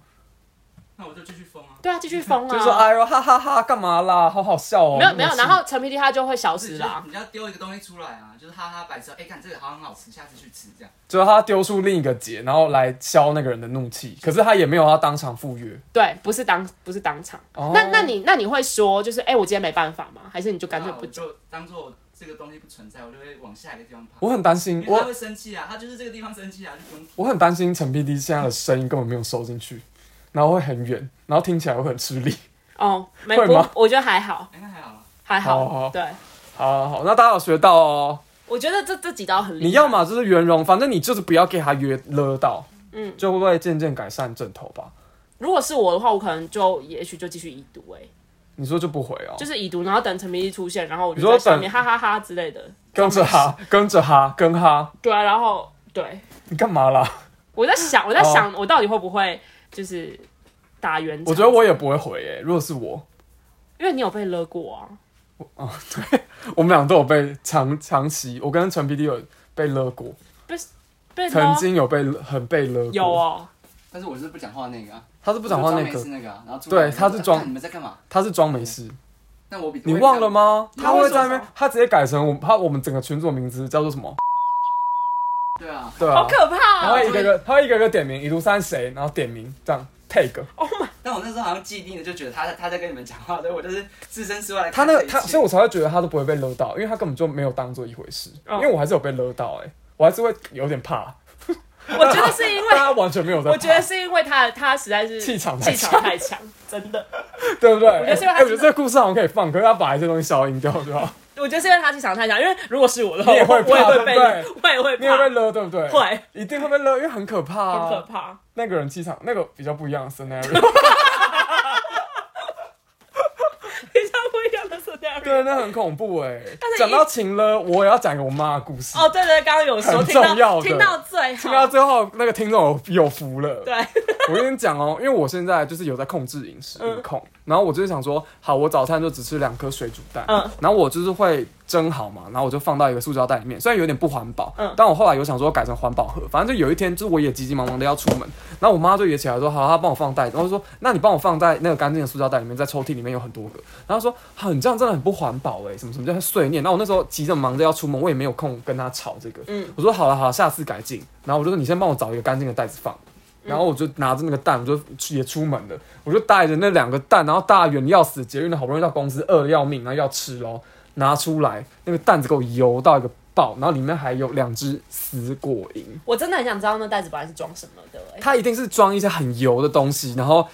[SPEAKER 3] 那我就继续疯啊。
[SPEAKER 1] 对啊，继续疯啊！
[SPEAKER 2] 就是说，哎呦，哈哈哈，干嘛啦？好好笑哦。
[SPEAKER 1] 没有没有，
[SPEAKER 2] 那么气
[SPEAKER 1] 然后陈皮弟他就会消
[SPEAKER 3] 不是，
[SPEAKER 1] 失
[SPEAKER 3] 就是
[SPEAKER 2] 啊
[SPEAKER 1] 啦。
[SPEAKER 3] 你要丢一个东西出来啊，就是哈哈白痴，哎，看这个好像很好吃，下次去吃这样。
[SPEAKER 2] 就是他丢出另一个结，然后来消那个人的怒气。可是他也没有要当场赴约。
[SPEAKER 1] 对，不是当不是当场。
[SPEAKER 2] 哦
[SPEAKER 1] 那那你那你会说，就是哎、我今天没办法吗？还是你就干脆
[SPEAKER 2] 哦
[SPEAKER 3] 那
[SPEAKER 1] 不
[SPEAKER 3] 啊我
[SPEAKER 1] 讲？
[SPEAKER 3] 就当做这个东西不存在，我就会往下一个地方爬。
[SPEAKER 2] 我很担心
[SPEAKER 3] 因，为他
[SPEAKER 2] 我
[SPEAKER 3] 会生气啊，他就是这个地方生气啊，就不用
[SPEAKER 2] 我很担心陈 P D 现在的声音根本没有收进去，然后会很远，然后听起来会很吃力。
[SPEAKER 1] 哦，没
[SPEAKER 2] 会
[SPEAKER 1] 不
[SPEAKER 2] 吗，哦
[SPEAKER 1] 我觉得还好，
[SPEAKER 3] 应该哎还好啦。啊
[SPEAKER 1] 还好。
[SPEAKER 2] 好好
[SPEAKER 1] 对，
[SPEAKER 2] 好好好，那大家有学到哦。
[SPEAKER 1] 我觉得这这几招很厉害。
[SPEAKER 2] 你要嘛就是圆融，反正你就是不要给他约勒到，
[SPEAKER 1] 嗯
[SPEAKER 2] 就会渐渐改善正头吧。
[SPEAKER 1] 如果是我的话，我可能就也许就继续已读、
[SPEAKER 2] 哦
[SPEAKER 1] 哎，
[SPEAKER 2] 你说就不回哦，
[SPEAKER 1] 就是已读，然后等陈皮弟出现，然后我就
[SPEAKER 2] 你说
[SPEAKER 1] 在下面
[SPEAKER 2] 等
[SPEAKER 1] 哈哈哈之类的。
[SPEAKER 2] 跟着哈，跟着哈，跟哈，
[SPEAKER 1] 对啊，然后对，
[SPEAKER 2] 你干嘛啦？
[SPEAKER 1] 我在
[SPEAKER 2] 哦
[SPEAKER 1] 想，我在想，我到底会不会就是打圆场？
[SPEAKER 2] 我觉得我也不会回诶、如果是我，
[SPEAKER 1] 因为你有被勒过啊。
[SPEAKER 2] 我们俩都有被长长期，我跟陈 P D 有被勒过，
[SPEAKER 1] 被勒
[SPEAKER 2] 曾经有被勒很被勒过，
[SPEAKER 1] 有，哦，
[SPEAKER 3] 但是我是不讲话那个啊，
[SPEAKER 2] 他是不讲话那
[SPEAKER 3] 我就装没事
[SPEAKER 2] 个，
[SPEAKER 3] 那个啊，然后出
[SPEAKER 2] 对
[SPEAKER 3] 来
[SPEAKER 2] 他是装
[SPEAKER 3] 看你们在干嘛？
[SPEAKER 2] 他是装没事，
[SPEAKER 3] 那我比
[SPEAKER 2] 你忘了？吗？
[SPEAKER 3] 你
[SPEAKER 2] 他
[SPEAKER 1] 会
[SPEAKER 2] 会
[SPEAKER 1] 说
[SPEAKER 2] 在那边
[SPEAKER 1] 什么，
[SPEAKER 2] 他直接改成我他我们整个群组的名字叫做什么？
[SPEAKER 3] 对啊，
[SPEAKER 2] 对啊
[SPEAKER 1] 好，可怕、
[SPEAKER 2] 他
[SPEAKER 1] 哦！
[SPEAKER 2] 会一个个他会一个个点名，一路三谁，然后点名这样 tag。
[SPEAKER 1] 哦
[SPEAKER 3] 但我那时候好像既定的就觉得他在他在跟你们讲话，所以我就是置身事外来
[SPEAKER 2] 他
[SPEAKER 3] 看
[SPEAKER 2] 那
[SPEAKER 3] 这
[SPEAKER 2] 个
[SPEAKER 3] 一切。
[SPEAKER 2] 他，所以我才会觉得他都不会被勒到，因为他根本就没有当做一回事。
[SPEAKER 1] 哦
[SPEAKER 2] 因为我还是有被勒到、欸，哎，我还是会有点怕。
[SPEAKER 1] 我觉得是 因为
[SPEAKER 2] 大，家完全没有在怕，
[SPEAKER 1] 我觉得是因为他他实在是
[SPEAKER 2] 气场太
[SPEAKER 1] 气
[SPEAKER 2] 强
[SPEAKER 1] 场太强，真的。
[SPEAKER 2] 对不对？我
[SPEAKER 1] 觉得是因为他
[SPEAKER 2] 我觉得这个故事好像可以放，可是他把一些东西消音掉就 好。
[SPEAKER 1] 我觉得是因为他气场太强，因为如果是我的话，
[SPEAKER 2] 你也会
[SPEAKER 1] 我我也
[SPEAKER 2] 怕
[SPEAKER 1] 会被
[SPEAKER 2] 对
[SPEAKER 1] 我也会
[SPEAKER 2] 你有
[SPEAKER 1] 怕，
[SPEAKER 2] 被勒，对不对？
[SPEAKER 1] 会，
[SPEAKER 2] 一定会被勒，因为很可怕、
[SPEAKER 1] 很
[SPEAKER 2] 啊。
[SPEAKER 1] 可怕。
[SPEAKER 2] 那个人气场，那个比较不一样的 scenario，
[SPEAKER 1] 非常不一样的 scenario。
[SPEAKER 2] 对，那很恐怖哎、
[SPEAKER 1] 但是
[SPEAKER 2] 讲
[SPEAKER 1] 一
[SPEAKER 2] 到情勒，我也要讲一个我妈的故事。
[SPEAKER 1] 哦，对对，对刚刚有说
[SPEAKER 2] 很
[SPEAKER 1] 听
[SPEAKER 2] 重要
[SPEAKER 1] 到
[SPEAKER 2] 的
[SPEAKER 1] 听到最
[SPEAKER 2] 听到
[SPEAKER 1] 好，
[SPEAKER 2] 最后，那个听众有有福了。
[SPEAKER 1] 对，
[SPEAKER 2] 我跟你讲哦，因为我现在就是有在控制饮食
[SPEAKER 1] 嗯
[SPEAKER 2] 饮控，然后我就是想说，好，我早餐就只吃两颗水煮蛋，
[SPEAKER 1] 嗯
[SPEAKER 2] 然后我就是会蒸好嘛，然后我就放到一个塑胶袋里面，虽然有点不环保，
[SPEAKER 1] 嗯
[SPEAKER 2] 但我后来有想说改成环保盒，反正就有一天，就是我也急急忙忙的要出门，然后我妈就也起来说，好，她帮我放袋，然后我说，那你帮我放在那个干净的塑胶袋里面，在抽屉里面有很多个，然后她说，好，你这样真的很不环保哎、什么什么叫碎念，然后我那时候急着忙着要出门，我也没有空跟她吵这个，
[SPEAKER 1] 嗯
[SPEAKER 2] 我说好了好了，下次改进，然后我就说你先帮我找一个干净的袋子放。然后我就拿着那个蛋，我就去也出门了，我就带着那两个蛋，然后大远要死，捷运的好不容易到公司，饿得要命，然后要吃咯，拿出来那个蛋子给我油到一个爆，然后里面还有两只死果蝇，
[SPEAKER 1] 我真的很想知道那袋子本来是装什么的、哎
[SPEAKER 2] 它一定是装一些很油的东西，然后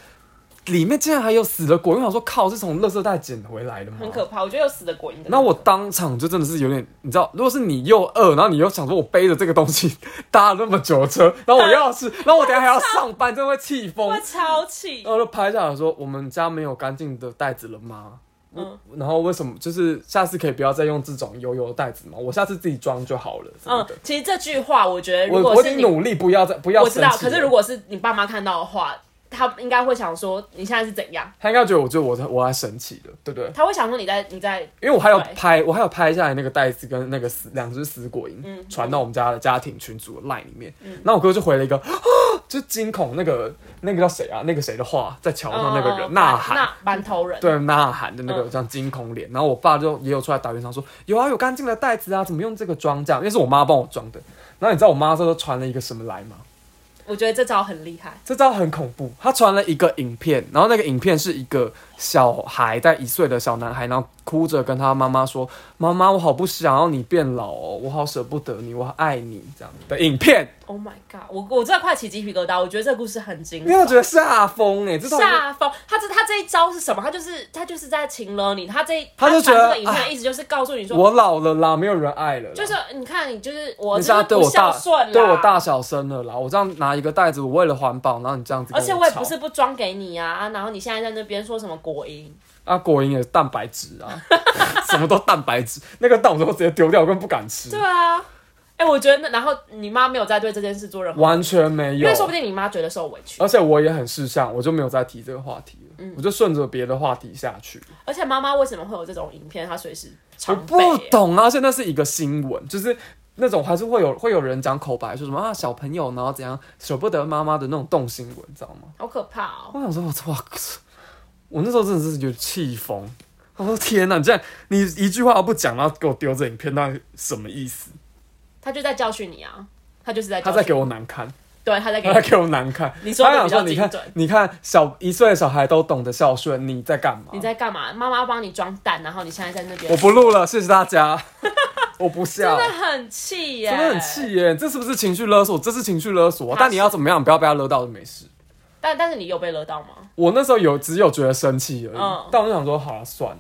[SPEAKER 2] 里面竟然还有死的果蝇，我想说靠，是从垃圾袋捡回来的吗？
[SPEAKER 1] 很可怕。我觉得有死的果蝇的那
[SPEAKER 2] 那我
[SPEAKER 1] 个
[SPEAKER 2] 当场就真的是有点，你知道，如果是你又饿，然后你又想说我背着这个东西搭了那么久的车，然后我要吃，然后我等一下还要上班，真的会气疯。
[SPEAKER 1] 会超气
[SPEAKER 2] 然，后就拍下来说：“我们家没有干净的袋子了吗？”
[SPEAKER 1] 嗯
[SPEAKER 2] 然后为什么就是下次可以不要再用这种油油的袋子吗？我下次自己装就好了。什么
[SPEAKER 1] 嗯
[SPEAKER 2] 的，，
[SPEAKER 1] 其实这句话我觉得如
[SPEAKER 2] 我
[SPEAKER 1] 果
[SPEAKER 2] 我已
[SPEAKER 1] 是
[SPEAKER 2] 经
[SPEAKER 1] 你
[SPEAKER 2] 努力不要再不要
[SPEAKER 1] 我知
[SPEAKER 2] 生
[SPEAKER 1] 道，
[SPEAKER 2] 气了。
[SPEAKER 1] 可是如果是你爸妈看到的话，他应该会想说你现在是怎样？
[SPEAKER 2] 他应该觉得我就我在我在生气了，对不对？
[SPEAKER 1] 他会想说你在你在
[SPEAKER 2] 因为我还有
[SPEAKER 1] 对
[SPEAKER 2] 拍，我还有拍下来那个袋子跟那个死两只死果
[SPEAKER 1] 嗯
[SPEAKER 2] 蝇，传、到我们家的家庭群组的 line 里面。那、我哥就回了一个，啊、就惊恐那个那个叫谁啊？那个谁的话，在桥上那个人、
[SPEAKER 1] 嗯
[SPEAKER 2] 呐喊，
[SPEAKER 1] 呐馒头人，
[SPEAKER 2] 对呐喊的那个
[SPEAKER 1] 嗯
[SPEAKER 2] 像惊恐脸，然后我爸就也有出来打圆场说有啊有干净的袋子啊，怎么用这个装这样？因为是我妈帮我装的。然后你知道我妈这时候传了一个什么来吗？
[SPEAKER 1] 我觉得这招很厉害。
[SPEAKER 2] 这招很恐怖，她传了一个影片，然后那个影片是一个小孩在一岁的小男孩，然后哭着跟他妈妈说：“妈妈，我好不想要你变老哦，我好舍不得你，我好爱你。”这样的影片，
[SPEAKER 1] Oh my god！我我真的快起鸡皮疙瘩，我觉得这个故事很精
[SPEAKER 2] 你有
[SPEAKER 1] 彩。
[SPEAKER 2] 觉得吓疯哎？这种
[SPEAKER 1] 下风，他这他这一招是什么？他就是他就是在情了你，他这
[SPEAKER 2] 他就觉得
[SPEAKER 1] 传这个影片的意思就是告诉你说，
[SPEAKER 2] 我老了啦，没有人爱了啦，
[SPEAKER 1] 就是你看你就是我
[SPEAKER 2] 你现
[SPEAKER 1] 哦就
[SPEAKER 2] 在
[SPEAKER 1] 是
[SPEAKER 2] 对
[SPEAKER 1] 不
[SPEAKER 2] 我
[SPEAKER 1] 孝
[SPEAKER 2] 大
[SPEAKER 1] 顺啦
[SPEAKER 2] 对我大，小声了啦！我这样拿一个袋子，我为了环保，然后你这样子跟
[SPEAKER 1] 而
[SPEAKER 2] 吵，
[SPEAKER 1] 且我也不是不装给你啊，啊然后你现在在那边说什么果蝇。
[SPEAKER 2] 啊，果蝇也是蛋白质啊， 什么都蛋白质。那个蛋我都直接丢掉，我根本不敢吃
[SPEAKER 1] 对，啊，哎、我觉得那，然后你妈没有再对这件事做任何，
[SPEAKER 2] 完全没
[SPEAKER 1] 因
[SPEAKER 2] 有呃
[SPEAKER 1] 为。说不定你妈觉得受委屈，
[SPEAKER 2] 而且我也很识相，我就没有再提这个话题了，
[SPEAKER 1] 嗯
[SPEAKER 2] 我就顺着别的话题下去。
[SPEAKER 1] 而且妈妈为什么会有这种影片，她随时
[SPEAKER 2] 我
[SPEAKER 1] 常备
[SPEAKER 2] 不懂啊，而且那是一个新闻，就是那种还是会有会有人讲口白，说什么啊小朋友，然后怎样舍不得妈妈的那种动新闻，你知道吗？
[SPEAKER 1] 好可怕哦。
[SPEAKER 2] 我想说，我操，哇我那时候真的是有气疯。我说天哪，你这样你一句话都不讲，然后给我丢这影片，那什么意思？
[SPEAKER 1] 她就在教训你啊，她就是在教
[SPEAKER 2] 他
[SPEAKER 1] 训
[SPEAKER 2] 在给我难堪，
[SPEAKER 1] 对，她在给
[SPEAKER 2] 他
[SPEAKER 1] 你
[SPEAKER 2] 在给我难堪。
[SPEAKER 1] 你说
[SPEAKER 2] 他
[SPEAKER 1] 得
[SPEAKER 2] 想
[SPEAKER 1] 比较
[SPEAKER 2] 说，你看
[SPEAKER 1] 精准，
[SPEAKER 2] 你看小一岁的小孩都懂得孝顺，你在干嘛
[SPEAKER 1] 你？在干嘛？妈妈帮你装蛋，然后你现在在那边，
[SPEAKER 2] 我不录了，谢谢 大家。我不笑，
[SPEAKER 1] 真的很气耶，
[SPEAKER 2] 真的很。气耶！这是不是情绪勒索？这是情绪勒索啊、
[SPEAKER 1] 他是
[SPEAKER 2] 但你要怎么样，不要被他勒到就没事。
[SPEAKER 1] 但但是你有被勒到吗？
[SPEAKER 2] 我那时候有只有觉得生气而已，
[SPEAKER 1] 嗯
[SPEAKER 2] 但我就想说，好了，算了，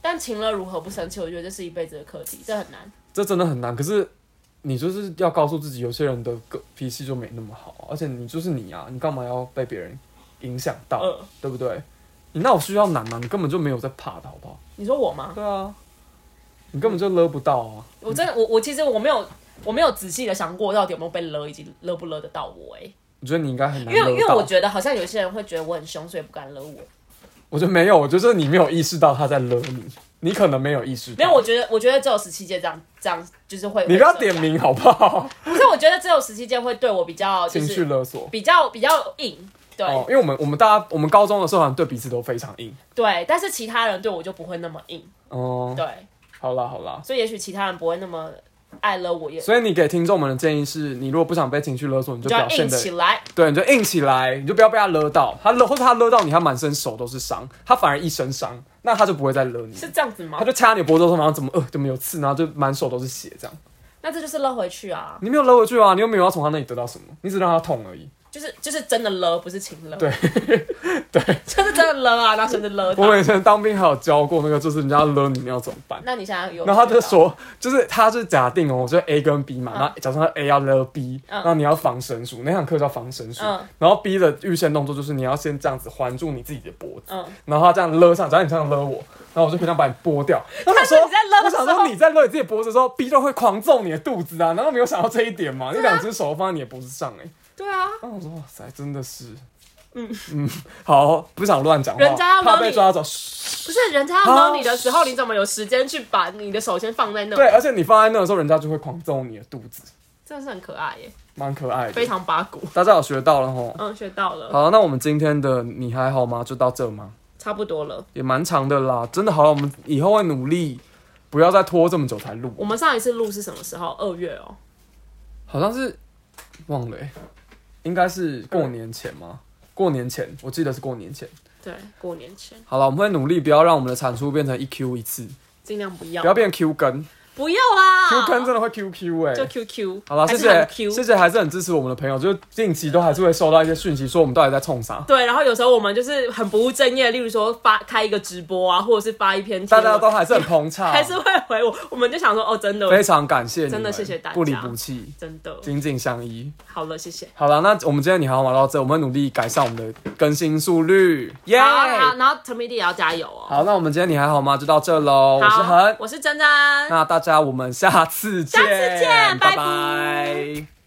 [SPEAKER 1] 但情勒如何不生气？我觉得这是一辈子的课题，这很难。
[SPEAKER 2] 这真的很难。可是你就是要告诉自己，有些人的个脾气就没那么好，而且你就是你啊，你干嘛要被别人影响到？
[SPEAKER 1] 嗯
[SPEAKER 2] 对不对？你那我需要难吗？你根本就没有在怕的好不好？
[SPEAKER 1] 你说我吗？
[SPEAKER 2] 对啊，你根本就勒不到啊。
[SPEAKER 1] 我真的，我我其实我没有，我没有仔细的想过到底有没有被勒，以及勒不勒得到我、欸。
[SPEAKER 2] 我觉得你应该很难
[SPEAKER 1] 因为因
[SPEAKER 2] 勒
[SPEAKER 1] 为
[SPEAKER 2] 到。
[SPEAKER 1] 我觉得好像有些人会觉得我很凶，所以不敢勒我。
[SPEAKER 2] 我觉得没有，我觉得你没有意识到他在勒你，你可能没有意识到。
[SPEAKER 1] 没有，我觉得我觉得只有十七届这样这样就是会。
[SPEAKER 2] 你不要
[SPEAKER 1] 会这样
[SPEAKER 2] 点，名好不好？
[SPEAKER 1] 不是，我觉得只有十七届会对我比较 就
[SPEAKER 2] 情绪
[SPEAKER 1] 是
[SPEAKER 2] 勒索。
[SPEAKER 1] 比较比较硬，对、
[SPEAKER 2] 哦，因为我们我们大家我们高中的时候好像对彼此都非常硬。
[SPEAKER 1] 对，但是其他人对我就不会那么硬，
[SPEAKER 2] 哦、
[SPEAKER 1] 对，
[SPEAKER 2] 好啦好啦，
[SPEAKER 1] 所以也许其他人不会那么爱勒我也，
[SPEAKER 2] 所以你给听众们的建议是，你如果不想被情绪勒索，你就
[SPEAKER 1] 就要
[SPEAKER 2] 表现
[SPEAKER 1] 硬
[SPEAKER 2] 的
[SPEAKER 1] 起来。
[SPEAKER 2] 对，你就硬起来，你就不要被他勒到，他勒或者他勒到你，他满身手都是伤，他反而一身伤，那他就不会再勒你，
[SPEAKER 1] 是这样子吗
[SPEAKER 2] 他？就掐你脖子的时候，然后怎么呃怎么有刺，然后就满手都是血这样。
[SPEAKER 1] 那这就是勒回去啊，
[SPEAKER 2] 你没有勒回去啊，你又没有要从他那里得到什么，你只让他痛而已。
[SPEAKER 1] 就是就是真的勒，不是情勒。
[SPEAKER 2] 对 对，
[SPEAKER 1] 就是真的勒啊，然后真的勒到。
[SPEAKER 2] 我以前当兵还有教过那个，就是人家勒你，你要怎么办？
[SPEAKER 1] 那你想要有？啊
[SPEAKER 2] 然后他就，说，就是他是假定哦，就是 A 跟 B 嘛，
[SPEAKER 1] 嗯
[SPEAKER 2] 然后假设他 A 要勒 B，、
[SPEAKER 1] 嗯
[SPEAKER 2] 然后你要防身术，那堂课叫防身术，
[SPEAKER 1] 嗯
[SPEAKER 2] 然后 B 的预先动作就是你要先这样子环住你自己的脖子，
[SPEAKER 1] 嗯，
[SPEAKER 2] 然后他这样勒上，假如你这样勒我，然后我就可以这样把你拨掉。然后
[SPEAKER 1] 但
[SPEAKER 2] 他
[SPEAKER 1] 是
[SPEAKER 2] 说
[SPEAKER 1] 你在勒
[SPEAKER 2] 我
[SPEAKER 1] 的时
[SPEAKER 2] 想
[SPEAKER 1] 候
[SPEAKER 2] 说，你在勒你自己脖子的时候，B 就会狂揍你的肚子啊，难道没有想到这一点
[SPEAKER 1] 啊
[SPEAKER 2] 吗？你两只手放在你的脖子上、欸，哎，
[SPEAKER 1] 对啊，
[SPEAKER 2] 然后我说哇塞，真的是，嗯嗯，好，不想乱讲话，
[SPEAKER 1] 人家要
[SPEAKER 2] 怕
[SPEAKER 1] 勒
[SPEAKER 2] 被
[SPEAKER 1] 你
[SPEAKER 2] 抓走。嘘
[SPEAKER 1] 不是人家要
[SPEAKER 2] 好
[SPEAKER 1] 勒你的时候，你怎么有时间去把你的手先放在那？
[SPEAKER 2] 对，，而且你放在那的时候，人家就会狂揍你的肚子，
[SPEAKER 1] 真的是很可爱耶，
[SPEAKER 2] 蛮可爱的，
[SPEAKER 1] 非常八股。
[SPEAKER 2] 大家有学到了吼。
[SPEAKER 1] 嗯，学到了，
[SPEAKER 2] 好，那我们今天的你还好吗？就到这吗？
[SPEAKER 1] 差不多了。
[SPEAKER 2] 也蛮长的啦，真的好了，我们以后会努力，不要再拖这么久才录。
[SPEAKER 1] 我们上一次录是什么时候？二月哦，
[SPEAKER 2] 好像是忘了、欸，应该是过年前吗？过年前，我记得是过年前。
[SPEAKER 1] 对，过年前，
[SPEAKER 2] 好了，我们会努力，不要让我们的产出变成一 Q 一次，
[SPEAKER 1] 尽量不要，
[SPEAKER 2] 不要变 Q 跟
[SPEAKER 1] 不要啦
[SPEAKER 2] Q 跟真的会 QQ 哎、
[SPEAKER 1] 啊就 QQ。
[SPEAKER 2] 好了，谢
[SPEAKER 1] 还是很
[SPEAKER 2] 谢
[SPEAKER 1] Q
[SPEAKER 2] 谢谢，还是很支持我们的朋友，就是近期都还是会收到一些讯息，说我们到底在冲啥。
[SPEAKER 1] 对，然后有时候我们就是很不务正业，例如说发开一个直播啊，或者是发一篇贴
[SPEAKER 2] 大
[SPEAKER 1] 文，
[SPEAKER 2] 家都还是很捧场，
[SPEAKER 1] 还是会回我，我们就想说哦，真的，
[SPEAKER 2] 非常感谢你们，
[SPEAKER 1] 真的谢谢大家
[SPEAKER 2] 不离不弃，
[SPEAKER 1] 真的，
[SPEAKER 2] 紧紧相依。
[SPEAKER 1] 好了，谢谢。
[SPEAKER 2] 好了，那我们今天你好好玩到这，我们会努力改善我们的更新速率，耶、
[SPEAKER 1] 好，然后然后 t o m i d 也要加油哦。
[SPEAKER 2] 好，那我们今天你还好吗？就到这喽，我是
[SPEAKER 1] 好
[SPEAKER 2] 恒，
[SPEAKER 1] 我是珍珍，
[SPEAKER 2] 那大家我们下次见，
[SPEAKER 1] 下次见拜
[SPEAKER 2] 拜